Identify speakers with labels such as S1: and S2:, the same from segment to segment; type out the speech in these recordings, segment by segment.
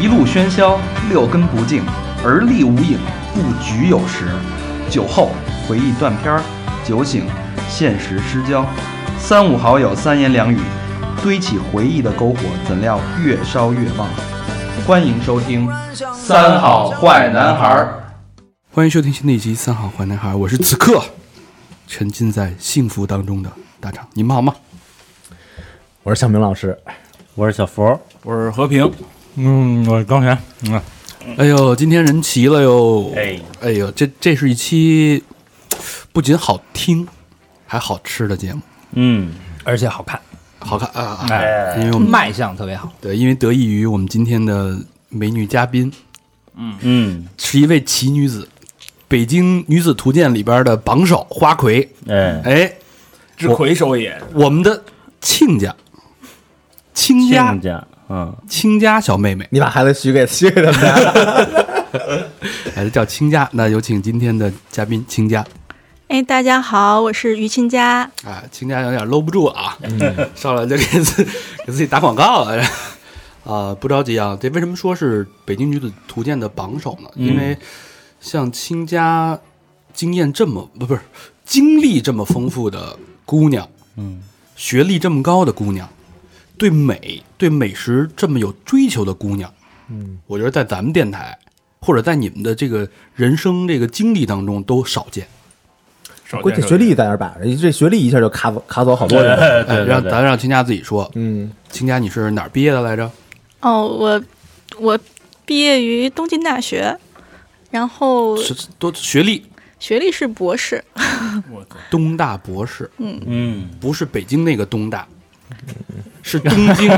S1: 一路喧嚣，六根不净，而立无影，不局有时。酒后回忆断片儿，酒醒现实失焦。三五好友三言两语，堆起回忆的篝火，怎料越烧越旺。欢迎收听《三好坏男孩》。
S2: 欢迎收听新的一集《三好坏男孩》，我是此刻沉浸在幸福当中的大厂，你们好吗？
S3: 我是向明老师，
S4: 我是小佛，
S5: 我是和平，
S6: 嗯，我是高璇，嗯，
S2: 哎呦，今天人齐了哟！
S4: 哎，
S2: 哎呦，这这是一期不仅好听，还好吃的节目，
S4: 嗯，
S6: 而且好看，
S2: 好看啊！
S4: 哎，
S2: 因为我们
S6: 卖相特别好。
S2: 对，因为得益于我们今天的美女嘉宾
S4: 嗯，
S2: 是一位奇女子，《北京女子图鉴》里边的榜首花魁，
S4: 哎，
S2: 哎，
S5: 是魁首也。
S2: 我们的亲家，亲家
S4: 亲，家，嗯，
S2: 亲家小妹妹。
S3: 你把孩子许给许给他们家了，
S2: 孩哎子叫亲家，那有请今天的嘉宾亲家。
S7: 哎，大家好，我是于亲家。
S2: 啊，亲家有点搂不住了啊，
S4: 嗯
S2: 上来就给自给自己打广告了。 啊，不着急啊，这为什么说是北京女子图鉴的榜首呢？
S4: 嗯
S2: 因为像亲家经验这么不不是经历这么丰富的姑娘，嗯，学历这么高的姑娘，对美对美食这么有追求的姑娘，嗯，我觉得在咱们电台或者在你们的这个人生这个经历当中都少见。
S5: 首
S3: 关
S5: 先
S3: 键学历在那儿摆着，这学历一下就卡走卡走好多人。
S4: 对
S2: 哎，
S4: 对
S2: 让
S4: 对
S2: 咱让亲家自己说，
S3: 嗯，
S2: 亲家你是哪儿毕业的来着？
S7: 哦，我我毕业于东京大学，然后
S2: 是多学历，
S7: 学历是博 士。
S2: 东大博士，
S4: 嗯，
S2: 不是北京那个东大，是东 京，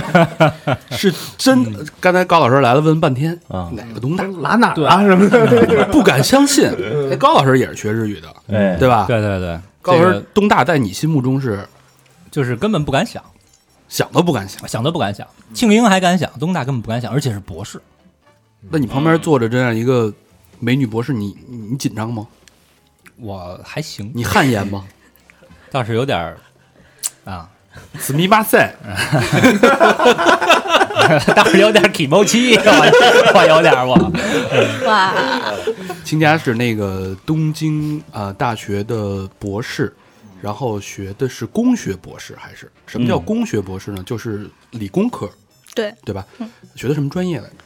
S2: 是真。
S6: 嗯
S2: 刚才高老师来了，问半天
S4: 啊
S2: 哪个东大，
S3: 拉哪儿啊什么的？
S2: 不敢相信。哎高老师也是学日语的，
S4: 哎，
S2: 嗯对吧？
S6: 对对对，
S2: 高
S6: 这
S2: 老师
S6: 个，
S2: 东大在你心目中是
S6: 就是根本不敢想，
S2: 想都不敢想。
S6: 想都不敢想。庆英还敢想，东大根本不敢想，而且是博士。
S2: 那你
S6: 嗯
S2: 旁边坐着这样一个美女博士，你你你紧张吗？
S6: 我还行，
S2: 你汗颜吗？
S6: 倒是有点儿啊，
S2: 死密巴塞，
S6: 倒是有点儿 i m o 我我有点儿我
S7: 哇，
S2: 亲家是那个东京啊、呃大学的博士，然后学的是工学博士还是什么叫工学博士呢？就是理工科，
S7: 对，
S2: 对吧？学的什么专业来着？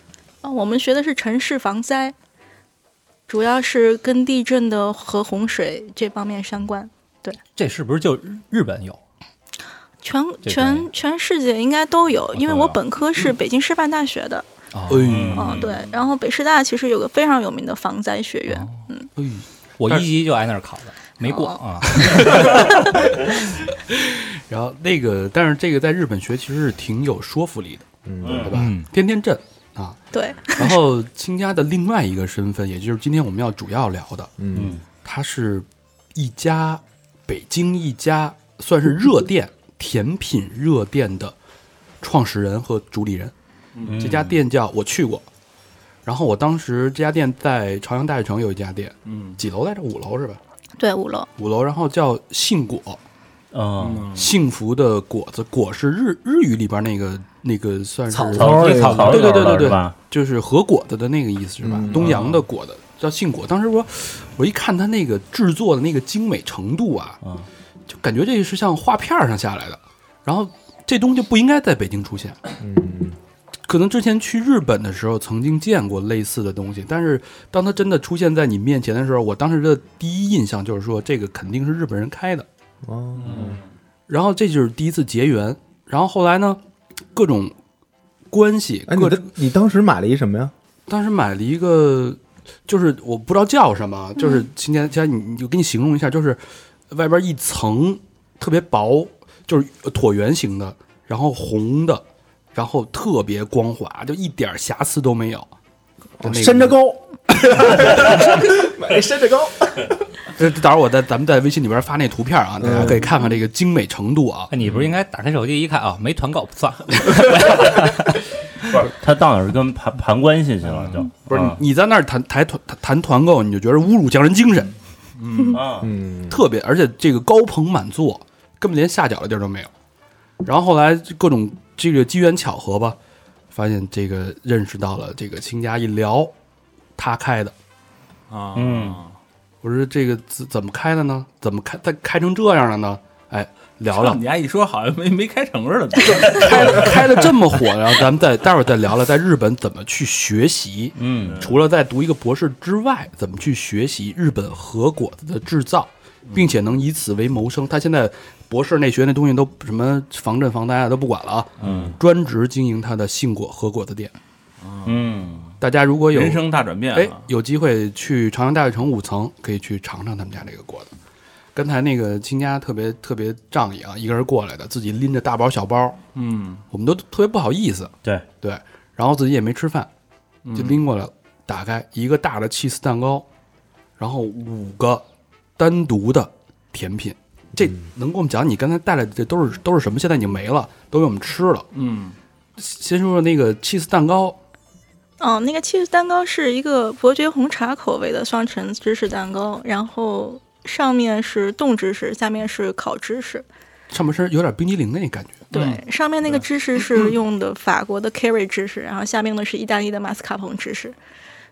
S7: 哦，我们学的是城市防灾，主要是跟地震的和洪水这方面相关。
S6: 这是不是就日本有？
S7: 全
S6: 这专业
S7: 全全世界应该都有，因为
S6: 都
S7: 我
S6: 有嗯
S7: 本科是北京师范大学的，
S2: 哎
S7: 嗯，对。然后北师大其实有个非常有名的防灾学院，
S6: 哦
S2: 哎，
S6: 我一级就挨那儿考的，没过啊。
S2: 然后那个，但是这个在日本学其实是挺有说服力的，对吧？
S6: 嗯
S2: 天天震啊。
S7: 对，
S2: 然后亲家的另外一个身份，也就是今天我们要主要聊的，
S3: 嗯，
S2: 他是一家北京一家算是热店甜品热店的创始人和主理人。这家店叫我去过，然后我当时这家店在朝阳大悦城有一家店，嗯，几楼来着？五楼是吧？
S7: 对，五楼。
S2: 五楼，然后叫幸果，
S4: 嗯，
S2: 幸福的果子，果是日日语里边那个那个算是
S3: 草头
S4: 草草草
S2: 对对对对
S4: 是
S2: 对
S4: 吧？
S2: 就是和果子的那个意思是吧？
S3: 嗯
S2: 东洋的果子叫杏果。当时我我一看它那个制作的那个精美程度啊，
S4: 嗯
S2: 就感觉这是像画片儿上下来的。然后这东西就不应该在北京出现。可能之前去日本的时候曾经见过类似的东西，但是当它真的出现在你面前的时候，我当时的第一印象就是说这个肯定是日本人开的。
S3: 哦，
S2: 然后这就是第一次结缘。然后后来呢，各种关系，
S3: 哎，
S2: 各
S3: 你的你当时买了一什么呀？
S2: 当时买了一个，就是我不知道叫什么，啊就是今天今天你你就给你形容一下，就是外边一层特别薄，就是椭圆形的，然后红的，然后特别光滑，就一点瑕疵都没有。
S3: 哦
S2: 就那个
S3: 山楂糕， 买了一山楂 糕。
S2: 这这到时候我在咱们在微信里边发那图片啊，大家可以看看这个精美程度啊。
S6: 哎你不是应该打开手机一看啊，没团购不算。
S4: 他到哪儿跟盘盘关系去了，就
S2: 不是
S4: 啊
S2: 你在那儿谈谈团谈团购，你就觉得侮辱匠人精神，
S4: 啊，
S3: 嗯，
S2: 特别，而且这个高朋满座，根本连下脚的地儿都没有。然后后来就各种这个机缘巧合吧，发现这个认识到了这个亲家一聊，他开的。
S5: 啊，
S4: 嗯，
S2: 我说这个怎怎么开的呢？怎么开？他开成这样了呢？哎，聊聊
S5: 你家一说好像没没开成似 的，
S2: 开开的这么火，然后咱们再待会儿再聊聊，在日本怎么去学习。
S4: 嗯
S2: 除了在读一个博士之外，怎么去学习日本和果子的制造，
S5: 嗯
S2: 并且能以此为谋生。他现在博士那学那东西都什么防震防呆啊都不管了啊，
S4: 嗯
S2: 专职经营他的杏果和果子店。
S4: 嗯，
S2: 大家如果有
S5: 人生大转变
S2: 哎
S5: 啊，
S2: 有机会去长阳大悦城五层，可以去尝尝他们家这个果子。刚才那个亲家特别特别仗义啊，一个人过来的，自己拎着大包小包，
S5: 嗯，
S2: 我们都特别不好意思，
S4: 对，
S2: 对，然后自己也没吃饭，就拎过来了，打开一个大的 cheese 蛋糕，然后五个单独的甜品，这能给我们讲你刚才带来的这都是都是什么？现在已经没了，都被我们吃了。
S5: 嗯，
S2: 先说说那个 cheese 蛋糕，
S7: 哦，那个 cheese 蛋糕是一个伯爵红茶口味的双层芝士蛋糕，然后上面是冻芝士，下面是烤芝士。
S2: 上半身有点冰激凌的那感觉，
S7: 对，上面那个芝
S2: 嗯
S7: 士是用的法国的 Kerry 芝士，然后下面的是意大利的马斯卡彭芝士，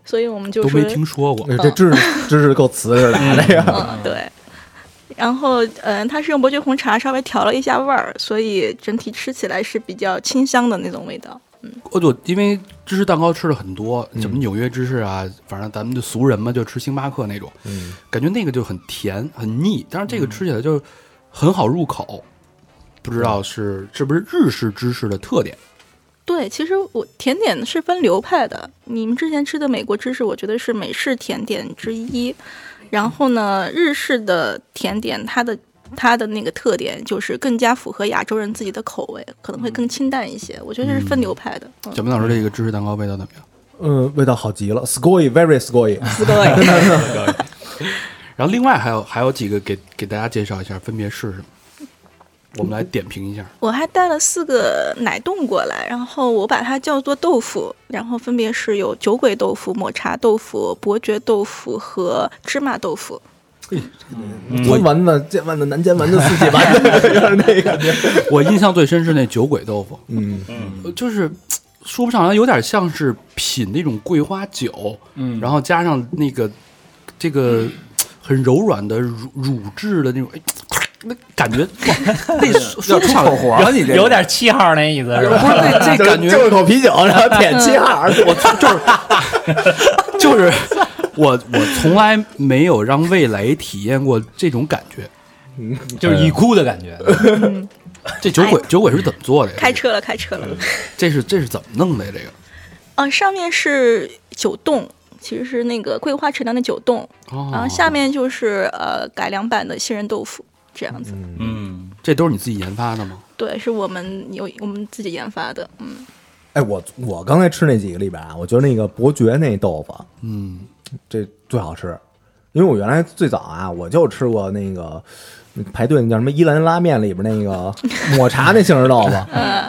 S7: 所以我们就
S2: 都
S7: 说
S2: 没听说过。
S3: 哎这知识知识够瓷实的啊，这个
S7: 嗯，对。然后，嗯，它是用伯爵红茶稍微调了一下味儿，所以整体吃起来是比较清香的那种味道。
S2: 哦，对，因为芝士蛋糕吃了很多，什么纽约芝士啊，反正咱们就俗人嘛，就吃星巴克那种，
S3: 嗯
S2: 感觉那个就很甜很腻，但是这个吃起来就很好入口。不知道是是不是日式芝士的特点？
S7: 对，其实我甜点是分流派的。你们之前吃的美国芝士，我觉得是美式甜点之一。然后呢，日式的甜点它的它的那个特点就是更加符合亚洲人自己的口味，可能会更清淡一些。我觉得这是分流派的。嗯
S2: 小明老师，这个芝士蛋糕味道怎么样？
S3: 嗯，味道好极了 s c o y very s c o y
S7: 斯哥也
S2: 然后另外还有还有几个给给大家介绍一下，分别是什么？我们来点评一下。
S7: 我还带了四个奶冻过来，然后我把它叫做豆腐，然后分别是有酒鬼豆腐、抹茶豆腐、伯爵豆腐和芝麻豆腐。
S3: 酸丸子、煎丸子、南煎丸子、四季丸子， 有点那感觉。
S2: 我印象最深是那酒鬼豆腐，
S3: 嗯，
S2: 呃就是嘖说不上来，有点像是品那种桂花酒，
S5: 嗯
S2: 然后加上那个这个嘖很柔软的乳乳质的那种，哎，嘖那感觉哇，那说不上来，
S5: 然后你这
S6: 有点七号那意思是
S2: 不
S6: 吧？
S2: 是
S3: 哎
S2: 那这感觉
S3: 就是口啤酒，然后 舔七号，我
S2: 就是我我从来没有让味蕾体验过这种感觉。
S5: 嗯
S2: 哎
S6: 就是已哭的感觉，
S2: 这酒鬼酒鬼是怎么做的呀？
S7: 嗯哎开车了，开车了。
S2: 这是这是怎么弄的呀？这个
S7: 呃，上面是酒冻，其实是那个桂花陈酿的酒冻，然后
S2: 哦，
S7: 下面就是呃改良版的杏仁豆腐这样子。
S4: 嗯
S2: 这都是你自己研发的吗？
S7: 对，是我们有我们自己研发的，嗯，
S3: 哎，我我刚才吃那几个里边啊，我觉得那个伯爵那豆腐，
S2: 嗯，
S3: 这最好吃，因为我原来最早啊，我就吃过那个排队那叫什么伊兰拉面里边那个抹茶那杏仁豆腐，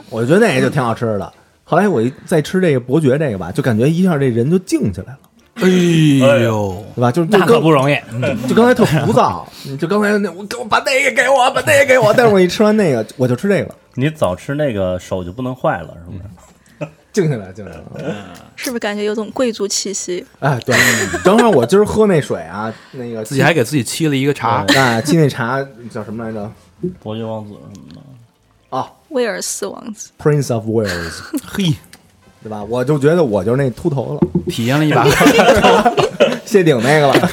S3: 我觉得那个就挺好吃的。后来我一再吃这个伯爵这个吧，就感觉一下这人就静下来了，
S2: 哎呦，
S3: 对吧？就是就
S6: 那可
S3: 刚
S6: 不嗯容易。
S5: 嗯
S3: 就刚才特浮躁，就刚才那我给我把那个给我，把那个给我，但是我一吃完那个我就吃这个了，
S4: 你早吃那个手就不能坏了，是不是？
S3: 静下来，静下来了。
S7: 是不是感觉有种贵族气息？
S3: 哎，对，正好我今儿喝那水啊，那个
S2: 自己还给自己沏了一个茶，
S3: 啊，沏那茶叫什么来着？
S4: 伯爵王子什么的，
S3: 啊
S7: 威尔四王子，
S3: ，Prince of Wales。
S2: 嘿，
S3: 对吧？我就觉得我就是那秃头了，
S2: 体验了一 把。
S3: 谢顶那 个了。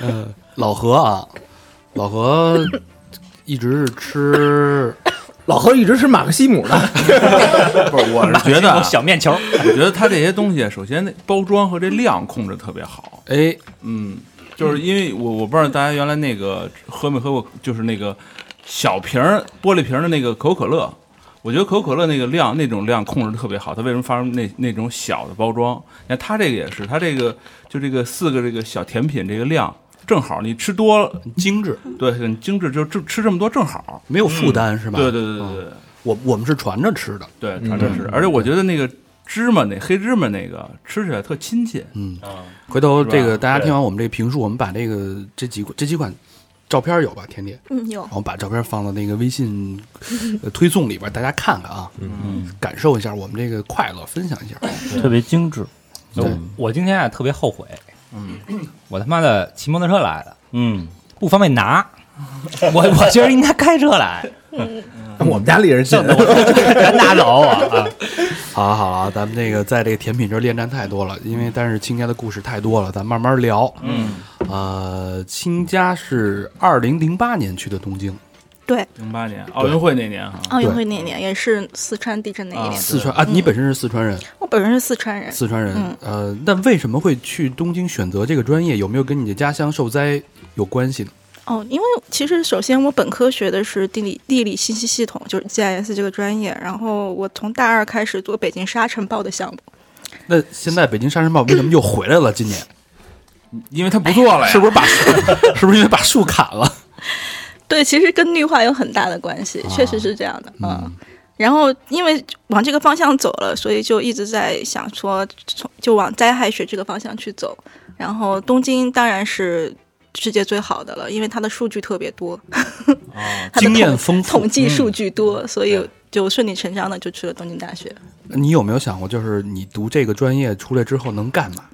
S2: 呃，老何啊，老何一直是吃，
S3: 老何一直吃马克西姆的，
S5: 不是，我是觉 得啊，
S6: 小面 球，
S5: 我觉得它这些东西，首先那包装和这量控制特别好，
S2: 哎，
S5: 嗯，就是因为我我不知道大家原来那个喝没喝过，就是那个小瓶儿玻璃瓶儿的那个可口可乐，我觉得可口可乐那个量那种量控制特别好，它为什么发生那那种小的包装？你看它这个也是，它这个就这个四个这个小甜品这个量正好，你吃多了，
S2: 很精致，
S5: 对，很精致，就吃吃这么多正好，
S2: 没有负担是吧？
S5: 对对对对
S2: 嗯
S5: 对。
S2: 我我们是传着吃的，
S5: 对，反正是，而且我觉得那个芝麻那黑芝麻那个吃起来特亲切，
S2: 嗯
S4: 啊，
S2: 回头这个
S5: 是吧
S2: 大家听完我们这个评述，我们把这个这几这几款照片有吧？甜点，
S7: 嗯，有
S2: 然，后把照片放到那个微信呃推送里边，大家看看啊，嗯，感受一下我们这个快乐，分享一下。
S4: 特别精致。
S6: 我我今天啊特别后悔，嗯， 我他妈的骑摩托车来的，
S4: 嗯，
S6: 不方便拿，我我觉得应该开车来，
S3: 我们家离人近，
S6: 全拿走我啊！
S2: 好了好了，咱们这个在这个甜品这儿恋战太多了，因为但是亲家的故事太多了，咱慢慢聊。嗯，呃，亲家是二零零八年去的东京，啊
S7: 对，
S5: 零八年奥运会那年哈，
S7: 奥运会那年也是四川地震那一
S5: 啊
S7: 年，
S2: 四川啊，你本身是四川人，
S7: 我本身是四川人，
S2: 四川人，呃，那为什么会去东京选择这个专业？有没有跟你的家乡受灾有关系呢？
S7: 哦，因为其实首先我本科学的是地理地理信息系统，就是 GIS 这个专业。然后我从大二开始做北京沙尘暴的项目，
S2: 那现在北京沙尘暴为什么又回来了？今年
S5: 因为他不做了呀，
S2: 是不是把树， 是不是因为把树砍了？
S7: 对，其实跟绿化有很大的关系，确
S2: 啊
S7: 实是这样的，嗯。然后，因为往这个方向走了，所以就一直在想说，从就往灾害学这个方向去走。然后，东京当然是世界最好的了，因为它的数据特别多，它的
S2: 哦经验
S7: 统
S2: 丰富嗯
S7: 统计数据多，所以就顺理成章的就去了东京大学。
S2: 你有没有想过，就是你读这个专业出来之后能干嘛？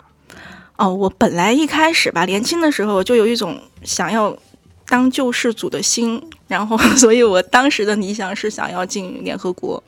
S7: 哦，我本来一开始吧，年轻的时候我就有一种想要当救世主的心，然后， 所以我当时的理想是想要进联合国，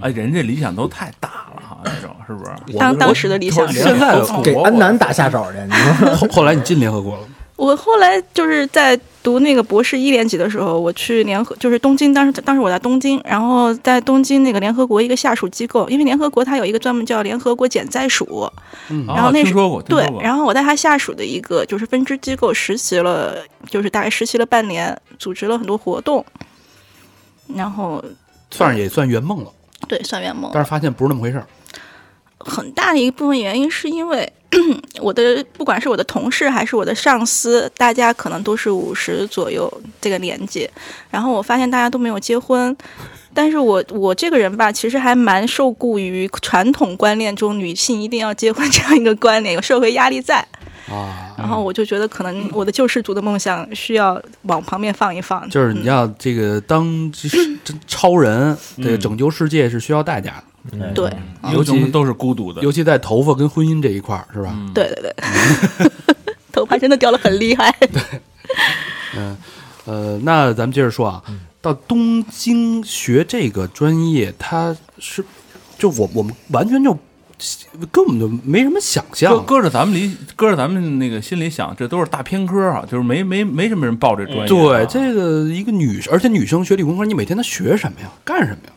S5: 哎，人这理想都太大了哈，那种是不是？
S7: 当当时的理想。
S2: 现在
S5: 我
S3: 给安南打下手去，你 说
S2: 后后来你进联合国了，
S7: 我后来就是在读那个博士一年级的时候，我去联合，就是东京，当时当时我在东京，然后在东京那个联合国一个下属机构，因为联合国它有一个专门叫联合国减灾署，
S5: 然
S7: 然后那
S5: 嗯啊听
S7: 是
S5: 说过，听
S7: 对
S5: 说，过
S7: 然后我在他下属的一个就是分支机构实习了，就是大概实习了半年，组织了很多活动，然后
S2: 算是也算圆梦了，
S7: 对算圆梦。
S2: 但是发现不是那么回事儿。
S7: 很大的一部分原因是因为 我的不管是我的同事还是我的上司，大家可能都是五十左右这个年纪，然后我发现大家都没有结婚。但是我我这个人吧，其实还蛮受雇于传统观念中女性一定要结婚这样一个观念，有社会压力在。
S2: 啊，
S7: 然后我就觉得，可能我的救世主的梦想需要往旁边放一放。
S2: 就是你要这个当 这是这超人，这个拯救世界是需要代价的，
S7: 嗯对
S5: 有
S2: 尤其
S5: 种都是孤独的，
S2: 尤其在头发跟婚姻这一块儿，是吧？
S7: 对对对， 头发真的掉了很厉害。
S2: 呃，那咱们接着说啊，到东京学这个专业，它是就我我们完全就根本就没什么想
S5: 搁
S2: 象，
S5: 搁着咱们理，搁着咱们那个心里想，这都是大偏科啊，就是没没没什么人报这专业啊。
S2: 嗯对这个一个女，而且女生学理工科，你每天她学什么呀？干什么呀？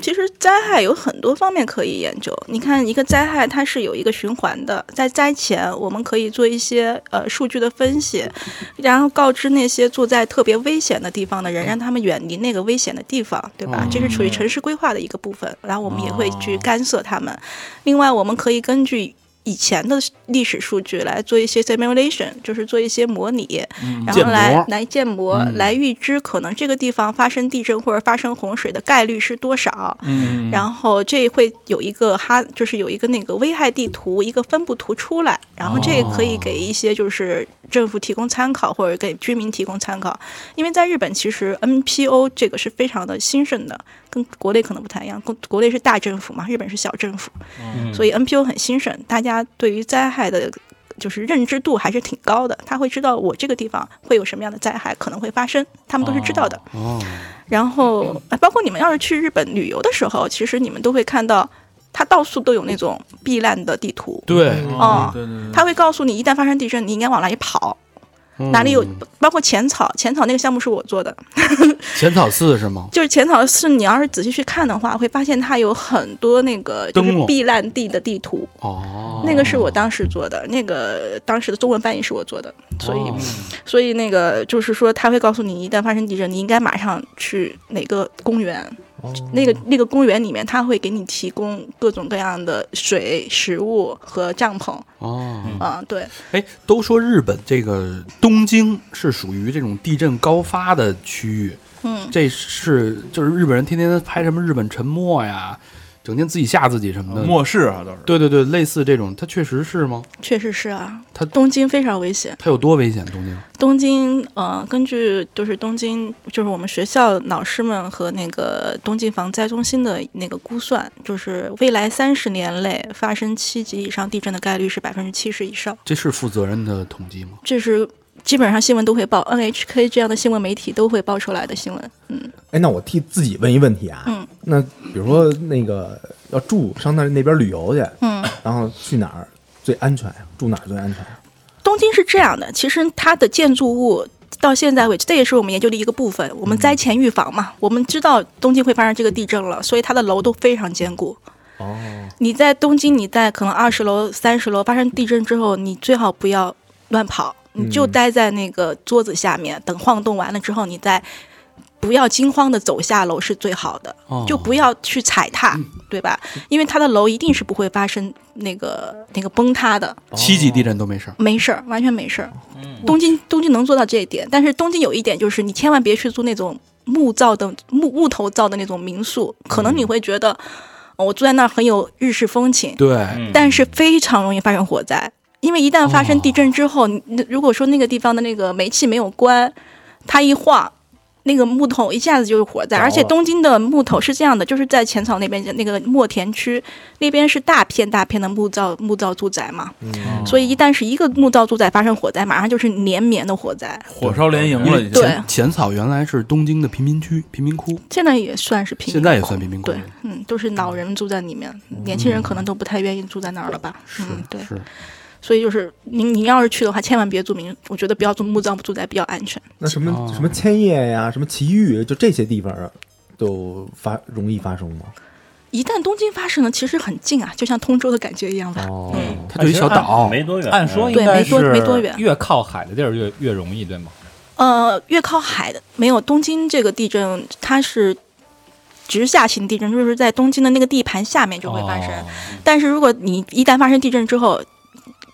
S7: 其实灾害有很多方面可以研究。你看，一个灾害它是有一个循环的，在灾前我们可以做一些呃数据的分析，然后告知那些住在特别危险的地方的人，让他们远离那个危险的地方，对吧？这是属于城市规划的一个部分，然后我们也会去干涉他们。另外，我们可以根据。以前的历史数据来做一些 simulation，就是做一些模拟，然后
S2: 建模嗯
S7: 来来建模，来预知可能这个地方发生地震或者发生洪水的概率是多少。
S5: 嗯，
S7: 然后这会有一个哈，就是有一个那个危害地图，一个分布图出来，然后这个可以给一些就是政府提供参考，或者给居民提供参考。因为在日本，其实 NPO 这个是非常的兴盛的，跟国内可能不太一样，国国内是大政府嘛，日本是小政府，
S2: 嗯
S7: 所以 NPO 很兴盛，大家对于灾害的。就是认知度还是挺高的，他会知道我这个地方会有什么样的灾害可能会发生，他们都是知道的。
S2: 哦，
S7: 然后，呃包括你们要是去日本旅游的时候，其实你们都会看到，它到处都有那种避难的地图，
S2: 对，
S7: 哦
S5: 嗯对对对，
S7: 它会告诉你，一旦发生地震，你应该往哪里跑，嗯
S2: 嗯
S7: 哪里有，包括浅草，浅草那个项目是我做的，
S2: 浅草寺是吗？
S7: 就是浅草寺，你要是仔细去看的话，会发现它有很多那个就是
S2: 灯笼
S7: 避难地的地图，
S2: 哦，
S7: 那个是我当时做的，那个当时的中文翻译是我做的，所以，
S2: 哦
S7: 嗯所以那个就是说，他会告诉你，一旦发生地震，你应该马上去哪个公园，那个那个公园里面，他会给你提供各种各样的水、食物和帐篷，
S2: 哦，
S7: 啊，对，
S2: 哎，都说日本这个东京是属于这种地震高发的区域，
S7: 嗯，
S2: 这是就是日本人天天拍什么日本沉没呀，整天自己吓自己什么的。
S5: 末世啊，倒是
S2: 对对对，类似这种，它确实是吗？
S7: 确实是啊，
S2: 它
S7: 东京非常危险。
S2: 它有多危险？东京
S7: 东京，呃，根据就是东京，就是我们学校老师们和那个东京防灾中心的那个估算，就是未来三十年内发生七级以上地震的概率是百分之七十以上。
S2: 这是负责任的统计吗？
S7: 这是基本上新闻都会报，NHK 这样的新闻媒体都会报出来的新闻。嗯，
S3: 哎，那我替自己问一问题啊，
S7: 嗯
S3: 那比如说那个要住上那那边旅游去，
S7: 嗯，
S3: 然后去哪儿最安全呀？住哪儿最安全呀？
S7: 东京是这样的，其实它的建筑物到现在为止，这也是我们研究的一个部分。我们灾前预防
S3: 嗯
S7: 嘛，我们知道东京会发生这个地震了，所以它的楼都非常坚固。
S3: 哦，
S7: 你在东京，你在可能二十楼、三十楼发生地震之后，你最好不要乱跑，你就
S3: 嗯
S7: 待在那个桌子下面，等晃动完了之后，你再不要惊慌的走下楼是最好的，
S2: 哦
S7: 就不要去踩踏，
S3: 嗯
S7: 对吧？因为它的楼一定是不会发生那个那个崩塌的，
S2: 七级地震都没事儿。
S7: 没事儿，完全没事儿。东京东京能做到这一点，但是东京有一点就是，你千万别去住那种木造的木木头造的那种民宿，可
S2: 嗯
S7: 能你会觉得、哦我住在那儿很有日式风情，
S2: 对，
S4: 嗯
S7: 但是非常容易发生火灾，因为一旦发生地震之后，
S2: 哦
S7: 你那如果说那个地方的那个煤气没有关，它一晃。那个木头一下子就是火灾，而且东京的木头是这样的，就是在浅草那边那个墨田区那边是大片大片的木造木造住宅嘛，
S2: 嗯
S7: 所以一旦是一个木造住宅发生火灾，马上就是连绵的火灾。
S5: 火烧
S2: 哎
S5: 连营了，已经
S7: 对
S2: 浅浅草原来是东京的贫民区、贫民窟，
S7: 现在也算是贫民窟，
S2: 现在也算贫民窟嗯
S7: 对，嗯，都是老人住在里面，年轻人可能都不太愿意住在那儿了吧？嗯，对，
S2: 是
S7: 所以就是您您要是去的话，千万别住民，我觉得不要住木造住宅比较安全。
S3: 那什么、
S2: 哦
S3: 什么千叶呀，什么埼玉，就这些地方都发容易发生吗？
S7: 一旦东京发生了，其实很近啊，就像通州的感觉一样吧。
S3: 哦，
S7: 嗯
S2: 它就一小岛，
S4: 没多远，
S6: 按说
S4: 嗯
S6: 应该
S7: 没多
S6: 是
S7: 没多远
S6: 越靠海的地儿越越容易，对吗？
S7: 呃，越靠海的没有东京这个地震，它是直下型地震，就是在东京的那个地盘下面就会发生。
S6: 哦
S7: 但是如果你一旦发生地震之后，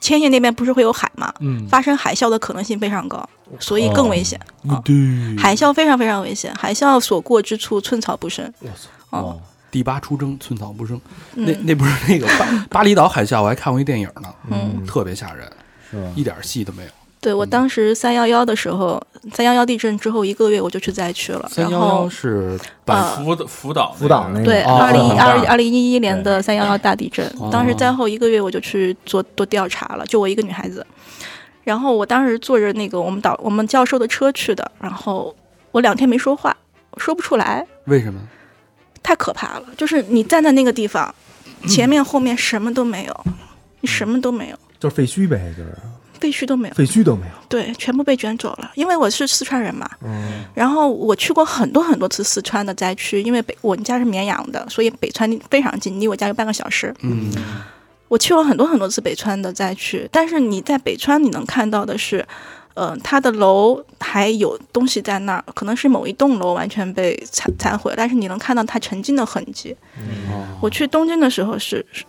S7: 千叶那边不是会有海吗？
S2: 嗯，哦
S7: 发生海啸的可能性非常高，所以更危险。啊
S2: 对，
S7: 海啸非常非常危险，海啸所过之处寸草不生。哦，
S2: 第八出征，寸草不生。那
S7: 嗯
S2: 那不是那个巴巴厘岛海啸，我还看过一电影呢，
S7: 嗯，
S2: 特别吓人，
S4: 是吧
S2: 一点戏都没有。
S7: 对我当时三幺幺的时候，三幺幺地震之后一个月我就去灾区了，
S2: 三
S7: 然
S2: 幺幺
S7: 后
S2: 是
S7: 呃
S5: 辅导辅导
S3: 福岛那个啊
S7: 对，啊
S2: 哦
S7: 二零
S2: 哦
S7: 二二零一一年的三幺幺大地震
S2: 哦，
S7: 当时灾后一个月我就去做做调查了，就我一个女孩子。然后我当时坐着那个我们导我们教授的车去的，然后我两天没说话，说不出来，
S2: 为什么？
S7: 太可怕了。就是你站在那个地方，
S2: 嗯
S7: 前面后面什么都没有，你什么都没有，
S3: 就是废墟呗，就是
S7: 废墟都没有，
S3: 废墟都没有。
S7: 对，全部被卷走了。因为我是四川人嘛，
S3: 嗯
S7: 然后我去过很多很多次四川的灾区，因为北我们家是绵阳的，所以北川离非常近，离我家有半个小时。
S2: 嗯，
S7: 我去过很多很多次北川的灾区，但是你在北川你能看到的是，呃，它的楼还有东西在那儿，可能是某一栋楼完全被残残毁，但是你能看到它曾经的痕迹。
S3: 嗯
S7: 我去东京的时候是是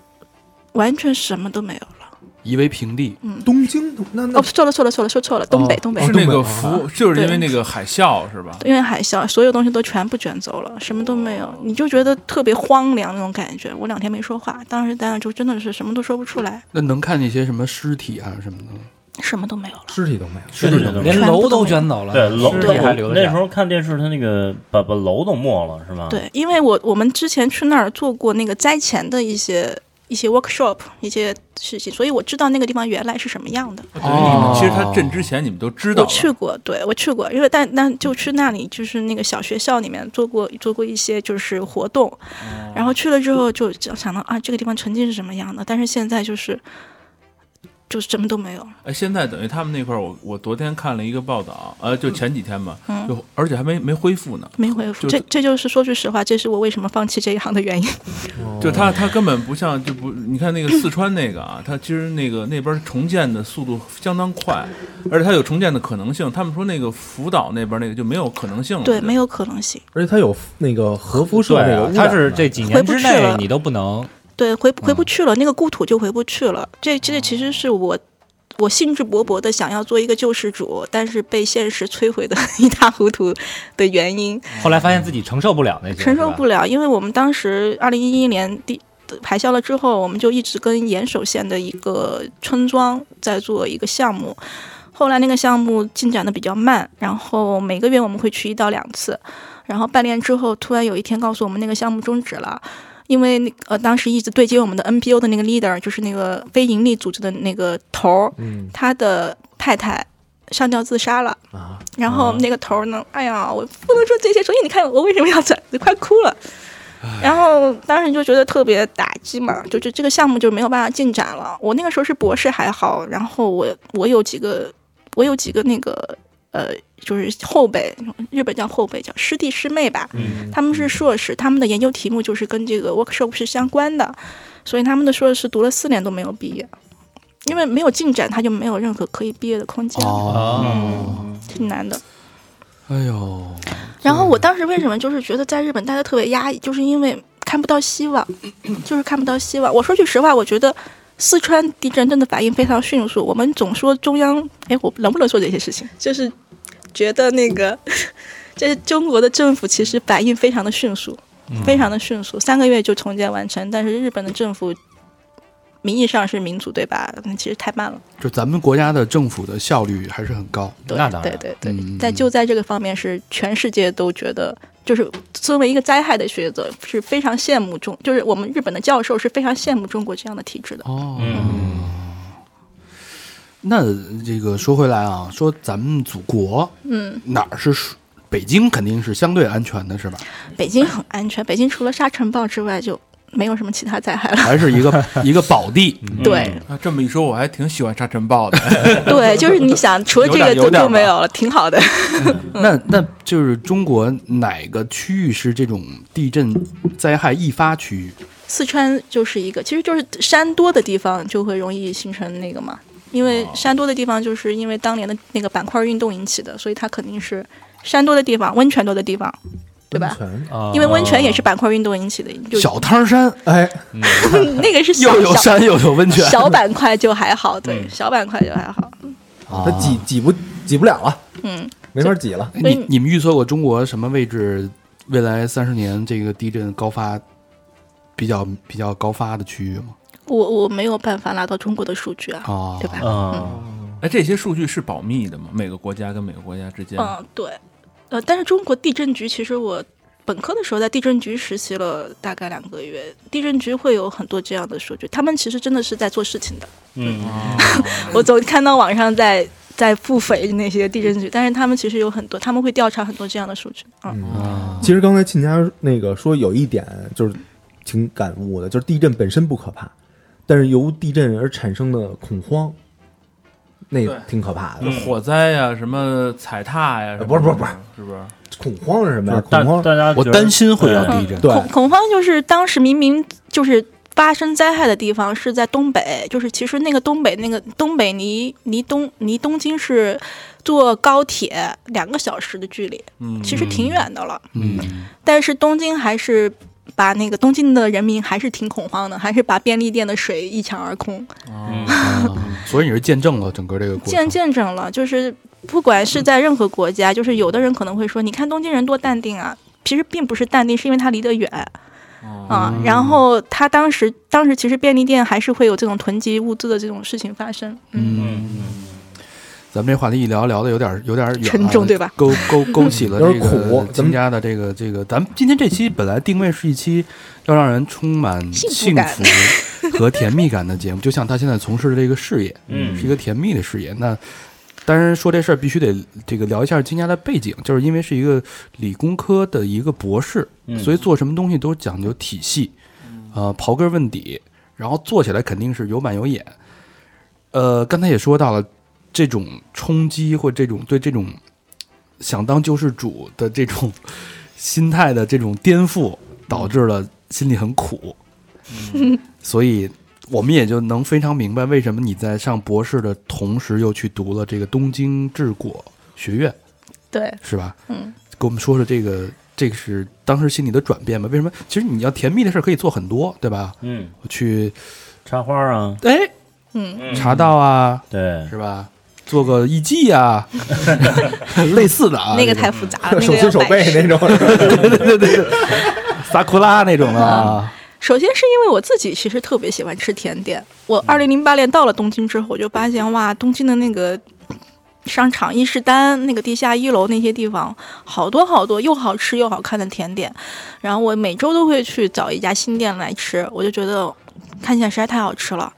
S7: 完全什么都没有了。
S2: 夷为平地。
S7: 嗯
S3: 东京那那
S7: 哦，错了错了错了，说错了，东北、
S3: 哦
S7: 东北。
S5: 是那个福，就是因
S7: 对
S5: 为那个海啸是吧？
S7: 因为海啸，所有东西都全部卷走了，什么都没有，你就觉得特别荒凉那种感觉。我两天没说话，当时在那就真的是什么都说不出来，
S2: 那能看见一些什么尸体啊什么的吗？
S7: 什么都没有了。
S3: 尸体都没有。
S4: 是的是的
S6: 连
S7: 全部
S6: 楼
S7: 都
S6: 都
S7: 没有
S6: 卷走了，
S4: 对楼
S6: 尸体还留
S4: 那
S6: 着
S4: 时候看电视，他那个把把楼都没了是吧？，
S7: 对，因为我我们之前去那儿做过那个灾前的一些一些 workshop 一些事情，所以我知道那个地方原来是什么样的。
S5: 等于你们其实他震之前你们都知道
S7: 我
S5: 了，
S7: 去过，对我去过，因为但但就去那里，就是那个小学校里面做过做过一些就是活动，
S5: 哦
S7: 然后去了之后就就想到啊，这个地方曾经是什么样的，但是现在就是就是什么都没有。
S5: 哎，现在等于他们那块儿，我我昨天看了一个报道，呃，就前几天吧，
S7: 嗯
S5: 就而且还没没恢复呢，
S7: 没回复，
S5: 就
S7: 这这就是说句实话，这是我为什么放弃这一行的原因。
S5: 哦就他他根本不像就不，你看那个四川那个啊，他其实那个那边重建的速度相当快，而且它有重建的可能性。他们说那个福岛那边那个就没有可能性了，
S7: 对，没有可能性。
S3: 而且它有那个核辐射
S6: 对
S3: 那个
S6: 啊
S3: 污，染
S6: 它是
S3: 嘛
S6: 这几
S7: 回
S6: 年
S7: 不
S6: 之
S7: 去
S6: 内
S7: 了
S6: 你都不能
S5: 哦
S7: 对，回不回不去了，那个故土就回不去了。这这其实是我我兴致勃勃的想要做一个救世主，但是被现实摧毁的 一塌糊涂的原因，
S6: 后来发现自己承受不了那些，
S7: 承受不
S6: 了。
S7: 了。因为我们当时二零一一年第排销了之后，我们就一直跟岩手县的一个村庄在做一个项目。后来那个项目进展的比较慢，然后每个月我们会去一到两次，然后半年之后，突然有一天告诉我们那个项目终止了，因为那呃当时一直对接我们的 NPO 的那个 leader，就是那个非盈利组织的那个头儿，
S3: 嗯
S7: 他的太太上吊自杀了。
S3: 啊，
S7: 然后那个头儿呢，哎呀，我不能说这些，所以你看我为什么要转，快哭了。然后当时就觉得特别打击嘛，就就这个项目就没有办法进展了。我那个时候是博士还好，然后我我有几个我有几个那个呃，就是后辈，日本叫后辈，叫师弟师妹吧，
S3: 嗯
S7: 他们是硕士，他们的研究题目就是跟这个 workshop 是相关的，所以他们的硕士读了四年都没有毕业，因为没有进展，他就没有任何可以毕业的空间，
S4: 啊
S2: 哦，
S7: 挺难的。
S2: 哎呦，
S7: 然后我当时为什么就是觉得在日本待的特别压抑，就是因为看不到希望， 就是看不到希望。我说句实话，我觉得四川地震真的反应非常迅速。我们总说中央，哎，我能不能说这些事情？就是觉得那个，这中国的政府其实反应非常的迅速，非常的迅速，三个月就重建完成。但是日本的政府名义上是民主，对吧？那其实太慢了。
S2: 就咱们国家的政府的效率还是很高。
S7: 对
S6: 那当然
S7: 对对对，
S2: 嗯
S7: 但就在这个方面是全世界都觉得，就是作为一个灾害的学者是非常羡慕中，就是我们日本的教授是非常羡慕中国这样的体制的。
S2: 哦，
S4: 嗯，
S2: 那这个说回来啊，说咱们祖国
S7: 嗯，
S2: 哪儿是属北京肯定是相对安全的，是吧？
S7: 北京很安全，北京除了沙尘暴之外就没有什么其他灾害了。
S2: 还是一个 一个宝地。
S7: 对
S5: 啊，这么一说，我还挺喜欢沙尘暴的。
S7: 对，就是你想，除了这个
S5: 有点有
S7: 就
S5: 点
S7: 就没有了，挺好的。嗯
S2: 那那就是中国哪个区域是这种地震灾害易发区域？
S7: 四川就是一个，其实就是山多的地方就会容易形成那个嘛，因为山多的地方就是因为当年的那个板块运动引起的，所以它肯定是山多的地方、温泉多的地方，对吧？
S3: 温泉
S6: 啊
S7: 因为温泉也是板块运动引起的，就
S2: 小汤山
S3: 哎，
S7: 那个是小
S2: 又有山又有温泉
S7: 小，小板块就还好，对，小板块就还好。
S2: 啊
S3: 他挤挤不挤不了了，
S7: 嗯，
S3: 没法挤了。
S2: 你你们预测过中国什么位置未来三十年这个地震高发比较比较高发的区域吗？
S7: 我我没有办法拿到中国的数据啊，
S2: 哦
S7: 对吧？
S6: 嗯，
S5: 哎，这些数据是保密的吗？每个国家跟每个国家之间，
S7: 嗯，对，呃，但是中国地震局其实我本科的时候在地震局实习了大概两个月，地震局会有很多这样的数据，他们其实真的是在做事情的。
S4: 嗯，
S7: 我总看到网上在在付费那些地震局，但是他们其实有很多，他们会调查很多这样的数据。嗯，
S3: 其实刚才亲家那个说有一点就是挺感悟的，就是地震本身不可怕，但是由地震而产生的恐慌，那个
S5: 对嗯
S3: 挺可怕的。
S5: 火灾呀、什么踩踏呀、什
S3: 呃
S5: 么
S3: 不是不是不是，
S5: 是不是？
S3: 恐慌是什么呀？
S4: 大
S3: 恐慌
S4: 大家
S2: 我
S4: 觉得
S2: 担心会有地震。
S3: 对
S7: 嗯恐恐慌就是当时明明就是发生灾害的地方是在东北，就是其实那个东北那个东北离离东离东京是坐高铁两个小时的距离，
S5: 嗯，
S7: 其实挺远的了。
S2: 嗯，
S7: 但是东京还是把那个东京的人民还是挺恐慌的，还是把便利店的水一抢而空，
S4: 嗯
S2: 啊所以你是见证了整个这个过
S7: 见
S2: 程。
S7: 见证了，就是不管是在任何国家，就是有的人可能会说，你看东京人多淡定啊。其实并不是淡定，是因为他离得远啊。然后他当时，当时其实便利店还是会有这种囤积物资的这种事情发生。嗯，
S2: 咱们这话题一聊聊的有点有点远啊，
S7: 沉重对吧
S2: 勾勾勾起了
S3: 有
S2: 这
S3: 点苦
S2: 个
S3: 咱
S2: 金
S3: 们
S2: 家的这个这个，咱们今天这期本来定位是一期要让人充满
S7: 幸福
S2: 幸
S7: 感
S2: 福和甜蜜感的节目，就像他现在从事的这个事业，
S4: 嗯
S2: 是一个甜蜜的事业。那当然说这事儿必须得这个聊一下金家的背景，就是因为是一个理工科的一个博士，
S4: 嗯
S2: 所以做什么东西都讲究体系，呃，刨根问底，然后做起来肯定是有板有眼。呃，刚才也说到了，这种冲击或这种对这种想当救世主的这种 心态的这种颠覆，导致了心里很苦。所以我们也就能非常明白为什么你在上博士的同时又去读了这个东京治国学院，
S7: 对，
S2: 是吧？
S7: 嗯，
S2: 给我们说说这个，这个是当时心里的转变吧？为什么？其实你要甜蜜的事儿可以做很多，对吧？
S4: 嗯，
S2: 我去，
S4: 插花啊，
S2: 哎，
S7: 嗯，
S2: 茶道啊，
S4: 对，
S2: 是吧？做个艺伎 啊，类似的啊，
S7: 那个
S2: 这种
S7: 太复杂了，那
S3: 手
S7: 个
S3: 心
S7: 要
S3: 手背
S7: 摆
S3: 那种，
S2: 萨库拉那种的啊，
S7: 首先是因为我自己其实特别喜欢吃甜点。我二零零八年到了东京之后，我就发现哇，东京的那个商场伊势丹那个地下一楼那些地方，好多好多又好吃又好看的甜点。然后我每周都会去找一家新店来吃，我就觉得看起来实在太好吃了。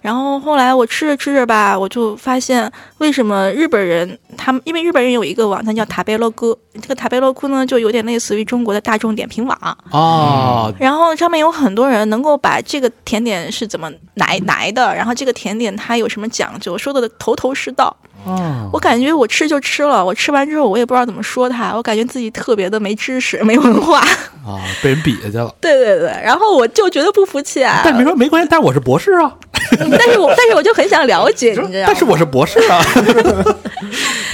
S7: 然后后来我吃着吃着吧，我就发现为什么日本人他们，因为日本人有一个网站叫塔贝洛库，这个塔贝洛库呢就有点类似于中国的大众点评网，
S2: 哦，
S7: 然后上面有很多人能够把这个甜点是怎么来来的，然后这个甜点它有什么讲究，说的头头是道。
S2: 哦
S7: 我感觉我吃就吃了，我吃完之后我也不知道怎么说它，我感觉自己特别的没知识、没文化。
S2: 啊，被人比下去了。
S7: 对对对，然后我就觉得不服气啊，
S2: 但没说 没关系，但是我是博士啊，
S7: 但是我但是我就很想了 解，你知道吗
S2: 但？是我是博士啊，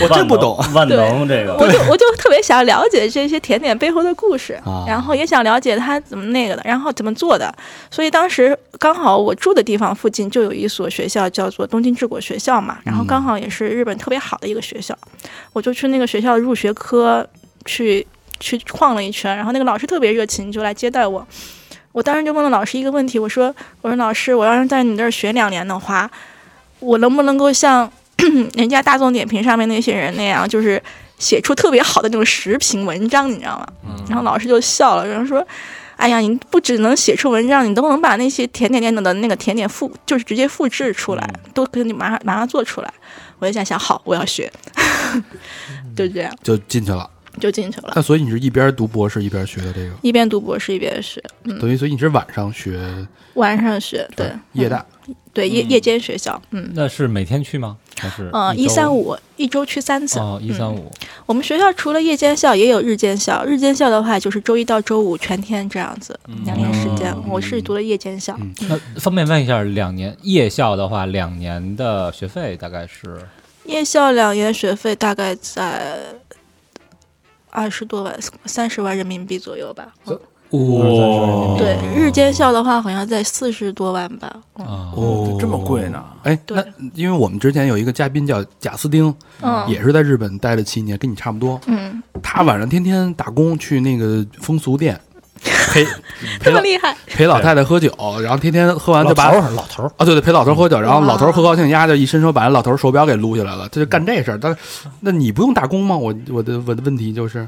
S2: 我真不懂。
S4: 万能万能这个，
S7: 我就我就特别想了解这些甜点背后的故事，
S2: 啊
S7: 然后也想了解它怎么那个的，然后怎么做的。所以当时刚好我住的地方附近就有一所学校叫做东京治国学校嘛，然后刚好也是日本特别好的一个学校，我就去那个学校的入学科去去逛了一圈，然后那个老师特别热情，就来接待我。我当时就问了老师一个问题，我说：“我说老师，我要是在你这儿学两年的话，我能不能够像 人家大众点评上面那些人那样，就是写出特别好的那种时评文章，你知道吗？然后老师就笑了，然后说：“哎呀，你不只能写出文章，你都能把那些甜点店的那个甜点复，就是直接复制出来，
S6: 嗯
S7: 都给你马上马上做出来。”我就想想，好，我要学，
S6: 嗯
S7: 就这样
S2: 就进去了。
S7: 就进去
S6: 呃
S7: 了，
S2: 那所以你是一边读博士一边学的这个，
S7: 一边读博士一边学，
S2: 等于所以你是晚上学
S7: 晚上学，嗯对，
S2: 夜
S7: 嗯
S2: 大，
S7: 对夜夜间学校，嗯。
S6: 那是每天去吗？还是
S7: 嗯，一
S6: 一
S7: 三
S6: 五
S7: 五一周去三次。嗯
S6: 哦，一三五
S7: 我们学校除了夜间校，也有日间校。日间校的话，就是周一到周五全天这样子，两年时间。
S6: 嗯
S7: 我是读了夜间校，嗯
S6: 那方便问一下，两年夜校的话，两年的学费大概是
S7: 夜校两年学费大概在二十多万、三十万人民币左右吧。嗯
S5: 哇
S7: 对，日间校的话好像在四十多万吧。嗯
S6: 啊，
S2: 哦
S5: 这么贵？呢？
S2: 哎，
S7: 对
S2: 那因为我们之前有一个嘉宾叫贾斯汀，
S7: 嗯
S2: 也是在日本待了七年，跟你差不多。
S7: 嗯，
S2: 他晚上天天打工去那个风俗店， 陪
S7: 这
S2: 陪
S7: 么
S2: 老
S7: 厉害，
S2: 陪老太太喝酒，然后天天喝完就把
S3: 老头儿，
S2: 啊，对对，陪老头
S7: 嗯
S2: 喝酒，然后老头喝高兴，丫就一伸手把人老头手表给撸下来了，
S7: 嗯
S2: 他就干这事儿。但是，那你不用打工吗？我我的我的问题就是，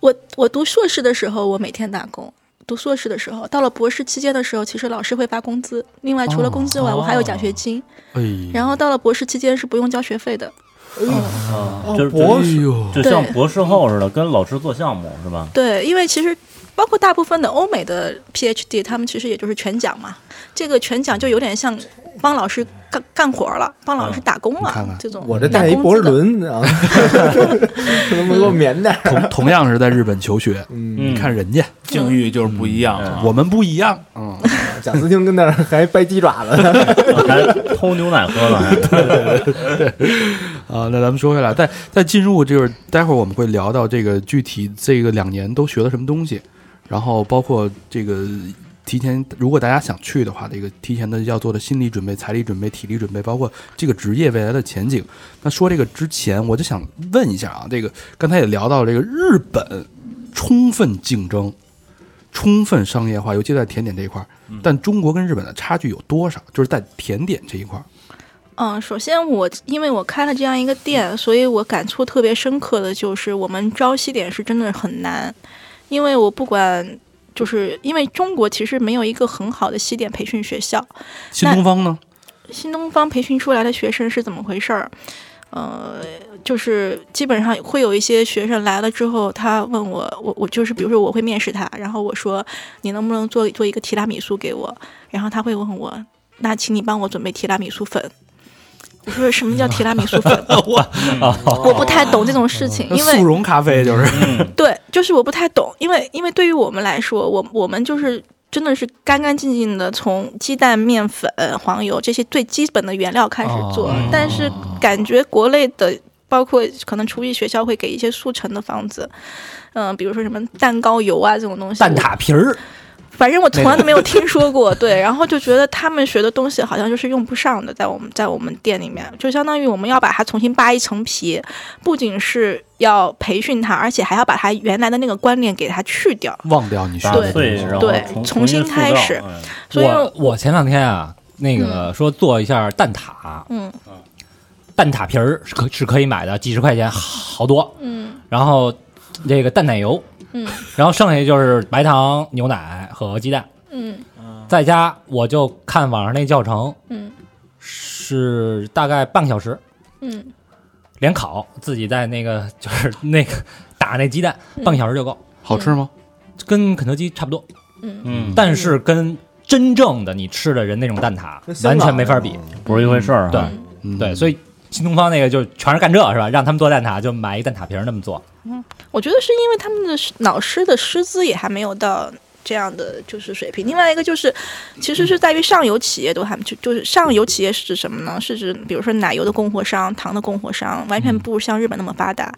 S7: 我我读硕士的时候，我每天打工。读硕士的时候，到了博士期间的时候，其实老师会发工资。另外，除了工资外，我还有奖学金。
S2: 哎，
S7: 然后到了博士期间是不用交学费的。
S4: 啊
S3: 哦
S4: 就是
S2: 哎
S4: 就
S2: 呦，
S4: 就像
S7: 对
S4: 博士后似的，跟老师做项目是吧？
S7: 对，因为其实包括大部分的欧美的 PhD，他们其实也就是全奖嘛。这个全奖就有点像帮老师干干活了，帮老
S3: 啊
S7: 师打工了、
S2: 你看看
S7: 这种。
S3: 我这带一博士，轮啊， 能不能给
S4: 嗯
S3: 我免点儿？
S2: 同同样是在日本求学，
S3: 嗯，
S2: 你看人家，
S5: 境遇就是不一样啊。
S2: 我们不一样，嗯，
S3: 贾斯汀跟那儿还掰鸡爪子 呢，
S4: 还偷牛奶 喝了，还
S2: 啊，那咱们说回来，再再进入就是待会儿我们会聊到这个具体这个两年都学了什么东西，然后包括这个提前，如果大家想去的话，这个提前的要做的心理准备、财力准备、体力准备，包括这个职业未来的前景。那说这个之前，我就想问一下啊，这个刚才也聊到这个日本充分竞争。充分商业化，尤其在甜点这一块儿，但中国跟日本的差距有多少？就是在甜点这一块儿，
S7: 嗯，首先我因为我开了这样一个店，所以我感触特别深刻的就是我们招西点是真的很难，因为我不管。就是因为中国其实没有一个很好的西点培训学校，
S2: 新
S7: 那
S2: 东方呢？
S7: 新东方培训出来的学生是怎么回事儿？呃，就是基本上会有一些学生来了之后，他问我，我我就是比如说我会面试他，然后我说你能不能做做一个提拉米苏给我？然后他会问我，那请你帮我准备提拉米苏粉。我说什么叫提拉米苏粉？我不太懂这种事情，因为
S2: 速溶咖啡就是。
S7: 对，就是我不太懂，因为因为对于我们来说，我我们就是真的是干干净净的从鸡蛋、面粉、黄油这些最基本的原料开始做，但是感觉国内的。包括可能厨艺学校会给一些速成的方子，嗯、比如说什么蛋糕油啊这种东西，
S3: 皮儿，
S7: 反正我从来都没有听说过，对，然后就觉得他们学的东西好像就是用不上的，在我们在我们店里面，就相当于我们要把它重新扒一层皮，不仅是要培训他，而且还要把他原来的那个观念给他去掉。
S2: 忘掉你学
S4: 打
S2: 的东
S4: 碎，
S2: 西。
S4: 然后
S7: 对
S4: 重
S7: 重新
S4: 塑
S7: 开
S4: 造
S7: 始
S4: 嗯
S7: 所以
S6: 我我前两天啊，那个说做一下蛋挞，
S7: 嗯
S6: 蛋挞皮儿是可是可以买的，几十块钱好多。
S7: 嗯
S6: 然后这个蛋奶油，
S7: 嗯
S6: 然后剩下就是白糖、牛奶和鸡蛋。
S7: 嗯
S6: 在家我就看网上那教程，
S7: 嗯
S6: 是大概半个小时，
S7: 嗯
S6: 连烤，自己在那个就是那个打那鸡蛋，
S7: 嗯
S6: 半个小时就够，
S2: 好吃吗？
S6: 跟肯德基差不多，
S7: 嗯，
S4: 嗯，
S6: 但是跟真正的你吃的人那种蛋挞
S3: 跟香
S6: 完
S3: 港
S6: 全没法
S3: 那
S6: 比
S3: 种。
S4: 不是一回事儿啊哈。
S6: 对
S2: 嗯
S6: 对，所以新东方那个就全是干这是吧？让他们做蛋挞，就买一蛋挞皮儿那么做。
S7: 我觉得是因为他们的老师的师资也还没有到。这样的就是水平，另外一个就是，其实是在于上游企业都还就就是上游企业是指什么呢？是指比如说奶油的供货商、糖的供货商，完全不如像日本那么发达。